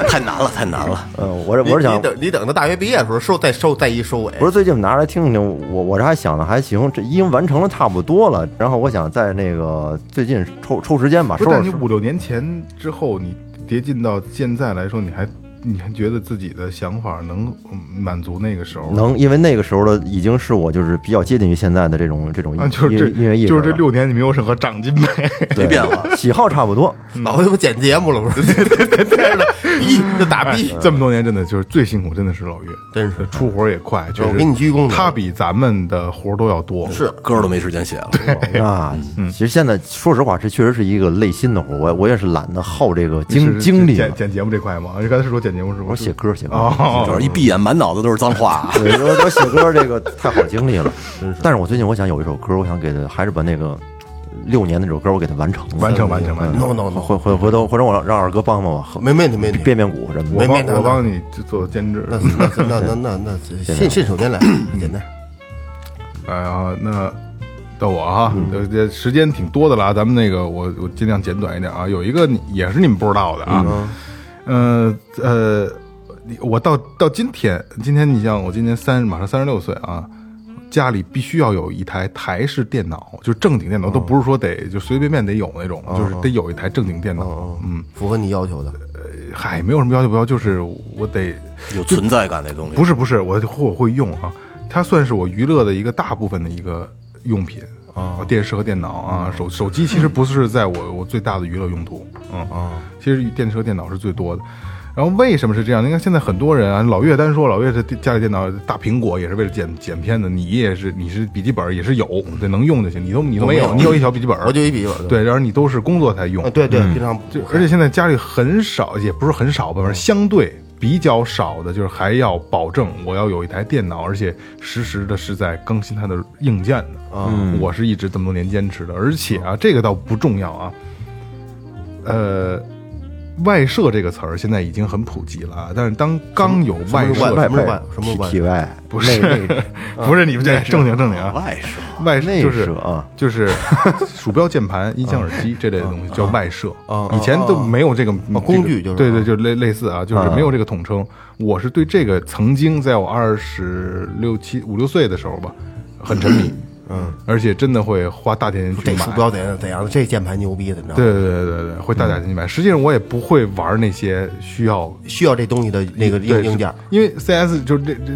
太难了，太难了。
嗯，我这
你
我是想
你，等你等到大学毕业的时候收再收再一收尾，
不是最近拿来听听，我我这还想的还行，这已经完成了差不多了，然后我想在那个最近抽抽时间吧，
<laughs> 不
收
是，但你
拾收拾。
五六年前之后，你叠进到现在来说，你还你还觉得自己的想法能嗯满足那个时候？
能，因为那个时候的已经是我就是比较接近于现在的这种这种音
啊，就是
乐音乐
这
艺术
就是这
了
六年你没有任何长
<laughs>
进呗。
对
变了
喜好差不多。
老他妈剪节目了，不是？ <laughs> 对了，逼就打逼
嗯哎，这么多年真的就是最辛苦，真的是老岳，
真是
出活儿也快，就是
我给你鞠躬呢
他比咱们的活儿都要多，
是
歌都没时间写了，
啊，其实现在说实话，这确实是一个累心的活儿。我我也是懒得耗这个
你
精
是
精力
剪
了。
剪节目这块吗？你刚才是说剪节目是
我
不
说写歌写歌，
主
哦，
要一闭眼满脑子都是脏
<laughs>
话。啊
对，我我写歌这个太耗精力了。但是我最近我想有一首歌，我想给它，还是把那个六年那首歌我给它完成了
完成完成完成。
no no no，
回回回头回头我让让二哥帮帮我和
没问题没问题
变，变鼓什么
我
没
的。
帮
没嗯没
我帮你做监制。
那那那那那
<laughs>
那信信手拈来，简单。
哎呀，那到我哈，
嗯
这这时间挺多的了啊，咱们那个我我尽量简短一点啊。有一个你也是你们不知道的啊，嗯呃呃，你我到到今天，今天你像我今年三马上三十六岁啊。家里必须要有一台台式电脑，就是正经电
哦
脑，都不是说得就随随便便得有那种，就是得有一台正经
哦
电脑。嗯，
符合你要求的，
嗨，没有什么要求不要，就是我得
有存在感那东西。
不是不是，我我会用啊，它算是我娱乐的一个大部分的一个用品啊，电视和电脑啊，手手机其实不是在我我最大的娱乐用途，嗯啊，其实电视和电脑是最多的。然后为什么是这样？你看现在很多人啊，老岳单说老岳这家里电脑大苹果也是为了剪剪片子，你也是你是笔记本也是有，对，能用就行。你都你都没有，你有一小笔记本，
我就一笔记本。
对，然后你都是工作才用
啊，，对对，嗯平常
嗯就而且现在家里很少，也不是很少吧，反正相对比较少的，就是还要保证我要有一台电脑，而且实时的是在更新它的硬件的啊。
嗯
我是一直这么多年坚持的，而且啊，这个倒不重要啊，呃。外设这个词儿现在已经很普及了啊，但是当刚有外
什么
设
是
这
外
个，
什么是外什么是
体
外
体外
不是
内内
不是你们这正经正经啊，
外设，
外设
内
就是
设啊
就是 <laughs> 鼠标、键
<laughs>
盘、音箱、耳机这类的
嗯
东西叫外设，以前都没有这个
哦工具就是嗯
对对，就类类似啊，就是没有这个统称。我是对这个曾经在我二十六七五六岁的时候吧，很沉迷，嗯，而且真的会花大钱去
这
买
鼠。标怎样怎样，这键盘牛逼的，你知道吗？
对对对对对，会大价钱去
嗯
买。实际上我也不会玩那些需要
需要这东西的那个硬
对
硬件
是。因为 CS 就是这这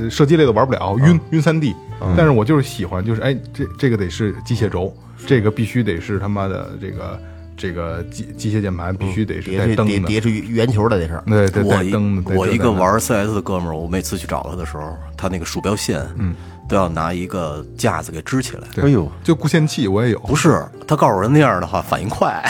呃射击类的玩不了，
嗯
晕晕三 D，但是我就是喜欢，就是哎这这个得是机械轴，这个必须得是他妈的这个这个机机械键盘必须得
嗯
是
叠
带
是
灯
叠
的，
叠是圆球的，这是
对对，
我
带
一
灯的。带
我一
带
个
灯的
玩 CS 的哥们儿，我每次去找他的时候，他那个鼠标线，嗯，都要拿一个架子给支起来。
对
哎呦，
就固线器我也有，
不是，他告诉人那样的话反应快，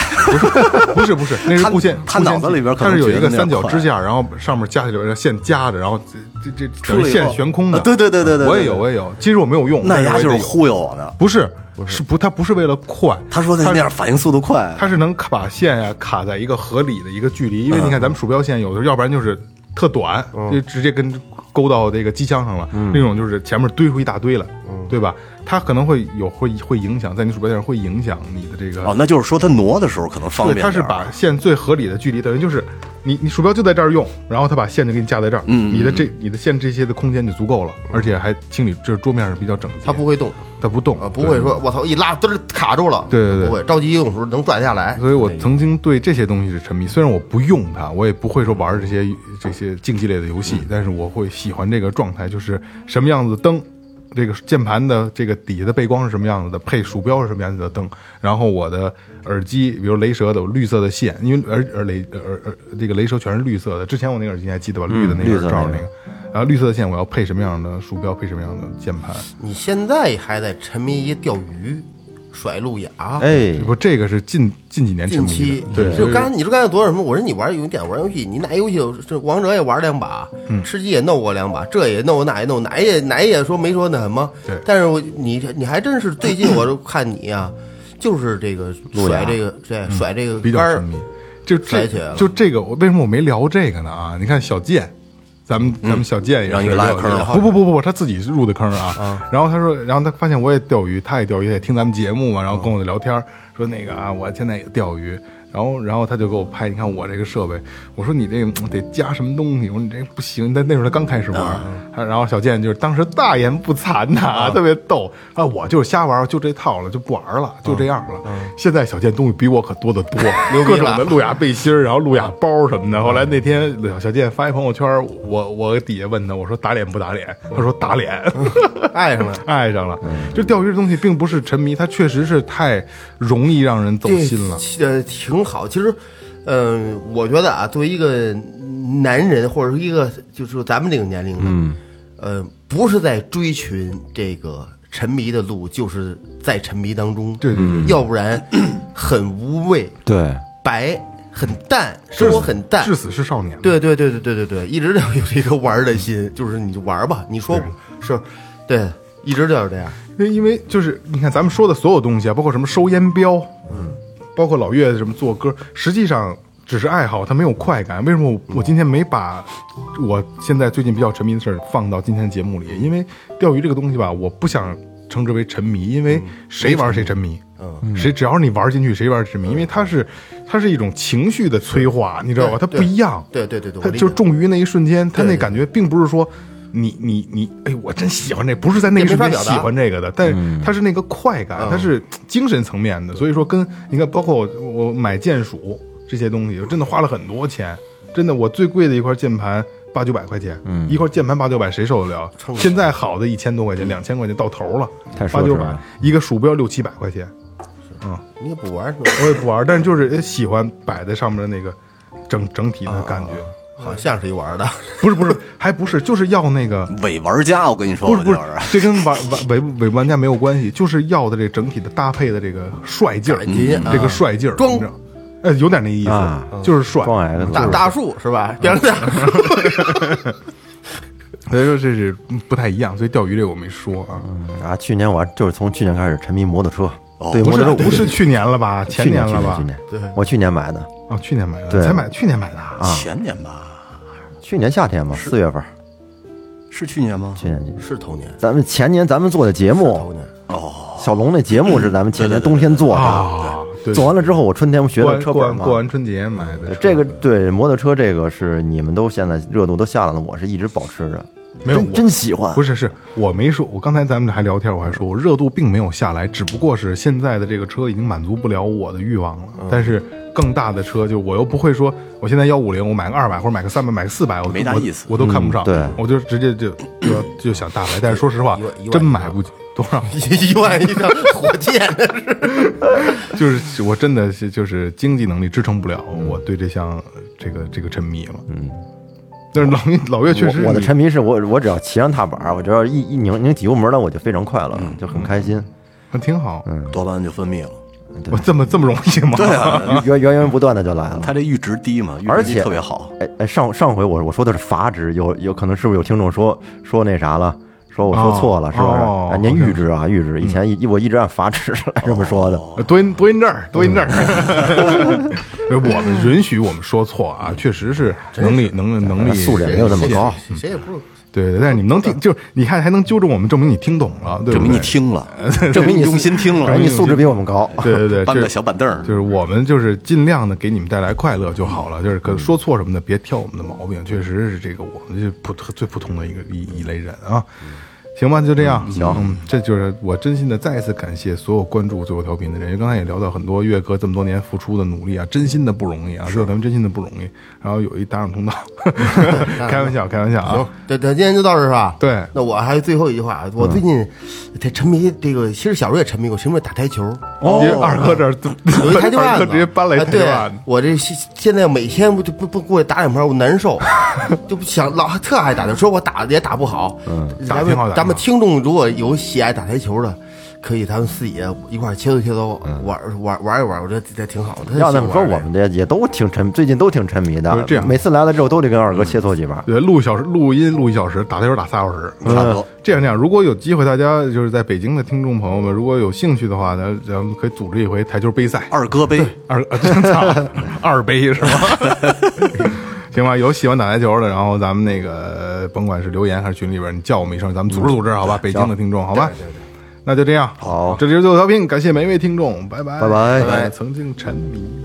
不是不
<laughs>
是，那是
他
固线，
他
固线
脑子
器
里边可
它
能
是有
觉
一
得
个
那
三角
快
支架，然后上面夹起来，线夹着，然后这这这
出
等于
了以
线
后
悬空的。
啊对对对对对
我也
对
有我也有，其 <laughs> 实我没有用，但
那
是
家
我也
就是
得有
忽悠我呢。
不是是不它不是为了快，
他说那那样反应速度快，
它是能卡把线呀、卡在一个合理的一个距离，因为
嗯
你看咱们鼠标线有的时候，要不然就是特短，就直接跟勾到这个机枪上了，
嗯
那种就是前面堆出一大堆来，对吧？它可能会有会会影响在你鼠标线上会影响你的这个
哦，那就是说他挪的时候可能方
对，
便点
它
儿。
是把线最合理的距离，等于就是你你鼠标就在这儿用，然后它把线就给你架在这儿，
嗯
你的这你的线这些的空间就足够了，而且还清理，就是桌面上比较整洁，
它不会动
它不动呃
啊，不会说我操一拉嘚儿卡住了，
对对对
不会着急用的时候能拽下来，
所以我曾经对这些东西是沉迷，虽然我不用它，我也不会说玩这些这些竞技类的游戏，
嗯
但是我会喜欢这个状态，就是什么样子的灯，这个键盘的这个底下的背光是什么样子的，配鼠标是什么样子的灯，然后我的耳机，比如雷蛇的有绿色的线，因为耳耳雷耳耳这个雷蛇全是绿色的，之前我那个耳机还记得吧，绿的那
嗯绿
个
色
罩
那
儿
个
那个，然后绿色的线我要配什么样的鼠标，配什么样的键盘，
你现在还在沉迷于钓鱼、甩路亚，
哎，
不这个是近近几年沉
近
迷
期
的，对，
就刚才你说刚才多少什么？我说你玩有点玩游戏，你哪游戏有这王者也玩两把，吃鸡也弄过两把，这也弄那也弄，哪也哪也说没说那什么
对。
但是我你你还真是最近我就看你啊，就是这个甩这个对甩这个
比较
杆
沉
儿
迷。就这
甩起来了
就这个，我为什么我没聊这个呢？啊，你看小健，咱们咱们小健也是
嗯让你给拉
聊
坑了
不不不不不，他自己入的坑
嗯
啊。然后他说，然后他发现我也钓鱼，他也钓鱼，也听咱们节目嘛，然后跟
嗯
我聊天儿说那个啊，我现在也钓鱼。然后，然后他就给我拍，你看我这个设备，我说你这个嗯得加什么东西，我说你这不行。但那时候他刚开始玩，
嗯
他然后小健就是当时大言不惭呐、特别逗啊，我就是瞎玩，就这套了，就不玩了，
啊
就这样了。
嗯
现在小健东西比我可多得
<laughs>
多，各种的路亚背心儿，然后路亚包什么
啊
的。后来那天小健发一朋友圈，我我底下问他，我说打脸不打脸？他说打脸，
<laughs> 爱上了。
<laughs>
嗯
爱上了。就钓鱼这东西并不是沉迷，它确实是太容易让人走心了。
这呃，挺好。其实，嗯、我觉得啊，作为一个男人或者是一个就是咱们这个年龄的，嗯，呃，不是在追寻这个沉迷的路，就是在沉迷当中。
对对对
要不然很无味，
对，
白很淡，生活很淡，
至死是少年。，
对对对对对对对，一直都有这个玩儿的心，就是你就玩儿吧，你说是，对，一直就是这样。
因为因为就是你看咱们说的所有东西啊，包括什么收烟标，嗯，包括老岳什么做歌，实际上只是爱好，它没有快感。为什么我我今天没把我现在最近比较沉迷的事儿放到今天的节目里？因为钓鱼这个东西吧，我不想称之为沉迷，因为谁玩谁嗯沉迷。嗯，谁只要你玩进去，谁玩沉迷，因为它是它是一种情绪的催化，你知道吧？它不一样。
对对对对，我
他
理
就
解
中鱼那一瞬间，他
对
那
对
感觉并不是说你你你，哎，我真喜欢这，不是在那一瞬间
也没法表
喜
达嗯
欢这个的，但是他是那个快感，他是精神层面的，所以说跟你看，包括我我买键鼠这些东西，我真的花了很多钱，真的我最贵的一块键盘。八九百块钱，
嗯
一块键盘八九百，谁受得了？现在好的一千多块钱，两千块钱到头了，
太奢
八
侈
九
了
百一个鼠标六七百块钱，
你也不玩儿是吧？
我也不玩，但是就是喜欢摆在上面的那个整整体
啊
的感觉。
好像是一玩儿的。
不是不是，还不是， <laughs> 就是要那个，
伪玩家，我跟你说，
不是不是
我就是，
这跟玩玩伪伪玩家没有关系，就是要的这整体的搭配的这个帅劲儿嗯
感觉，啊
这个帅劲儿，
装
你知道，呃，有点那意
啊
思，就是嗯帅。
装矮的
大大树是吧？变
<laughs>
成大树，
所以说这是不太一样，所以钓鱼这个我没说啊，
啊！去年我还就是从去年开始沉迷摩托车，对
不
摩
是
托车
不是去年了吧，
去
前
年
了吧
去？年去年我去年买的，
哦，去年买的，
对
才买，去年买的啊，
<laughs> 前年吧，
去年夏天嘛，四月份，
是去年吗？
去年
是头年，
咱们前年咱们做的节
头
目，哦
年，
小龙那节目是咱们前年冬天做的，
啊，对，
做完了之后我春天不学
过
的
完
车
过
本
完
嘛
过，完春节买的车，
这个对摩托车这个是你们都现在热度都下来了，我是一直保持着，
没有
真
我
真喜欢，
不是，是我没说，我刚才咱们还聊天，我还说我热度并没有下来，只不过是现在的这个车已经满足不了我的欲望了。
嗯
但是更大的车，就我又不会说，我现在幺五零，我买个二百或者买个三百，买个四百，我
没啥
我
意思
我都看不上，
嗯对
我就直接就就就想大牌。但是说实话
一万一，万
真买不起，多少？
一万一张火
<laughs>
箭，
就是 <laughs> 我真的是就是经济能力支撑不了
嗯
我对这项这个这个沉迷了。嗯，但是老岳老岳确实
我我的
你
沉迷是我我只要骑上踏板儿，我只要一一拧拧几油门了，我就非常快乐，
嗯
就很开心。
还挺好。
嗯
多巴胺就分泌了。
我这么这么容易吗？
对啊，
源源源不断的就来了。
它这阈值低嘛，阈
而
值低
且
特别好。
哎哎，上上回我我说的是阀值，有有可能是不是有听众说说那啥了，说我说错了，
哦
是不是？
哦嗯
哎，您
好像
阈值啊，阈值，以前一我一直按阀值来这么说的。
呃多音多音字儿，多音字儿。 <laughs> 我们允许我们说错啊，确实是能力能能力
呃素质也没有那么高，
谁也不是
对对，但是你们能听，就是你看还能纠正我们，证明你听懂了，对不对
证明你，
<laughs>
听了，证明你用心听了
嗯
哎，，你素质比我们高。
对对对，
<laughs> 搬
这
个小板凳儿
就，是我们就是尽量的给你们带来快乐就
嗯
好了，就是可说错什么的别挑我们的毛病，确实是这个我们就普最普通的一个一一类人啊。
嗯
行吧，就这样。行、嗯，这就是我真心的再一次感谢所有关注最后调频的人。因为刚才也聊到很多岳哥这么多年付出的努力啊，真心的不容易啊，最后咱们真心的不容易。然后有一打赏
<laughs>
通道，开玩笑，开玩笑啊。
对对，今天就到这儿是吧？
对嗯
那我还有最后一句话，我最近这沉迷这个，其实小时候也沉迷过，沉迷打台球，
因为二哥这儿
哦
<laughs>
有一台球
二
案
哥
子，
直接哦搬来台
啊
球
对
案子，
我这现现在每天不就不不过去打两盘，我
<laughs>
难受，就不想老特爱打球，说我打也打不好。嗯，
打
咱
挺好
们
打
咱们
挺
听众如果有喜爱打台球的，可以咱们自己一块儿切磋切磋，
嗯
玩玩玩一玩，我觉得这挺好的。
要那么说，
真喜
我
欢玩
们这也都挺沉，最近都挺沉迷
不是
的。
这样嗯
每次来了之后都得跟二哥切磋几把。
对，录小时录音录一小时，打台球打仨小时，
差不多。
这样这样，如果有机会，大家就是在北京的听众朋友们，如果有兴趣的话，咱咱们可以组织一回台球杯赛，
二哥杯，
二 <laughs> 啊真的二杯是吗？ <laughs> 行吧，有喜欢打台球的，然后咱们那个甭管是留言还是群里边，你叫我们一声，咱们组织组织，好吧？北京的听众，好吧？那就这样，
好
这里是最后调频，感谢每一位听众，拜拜，
拜拜
拜拜，曾经沉迷。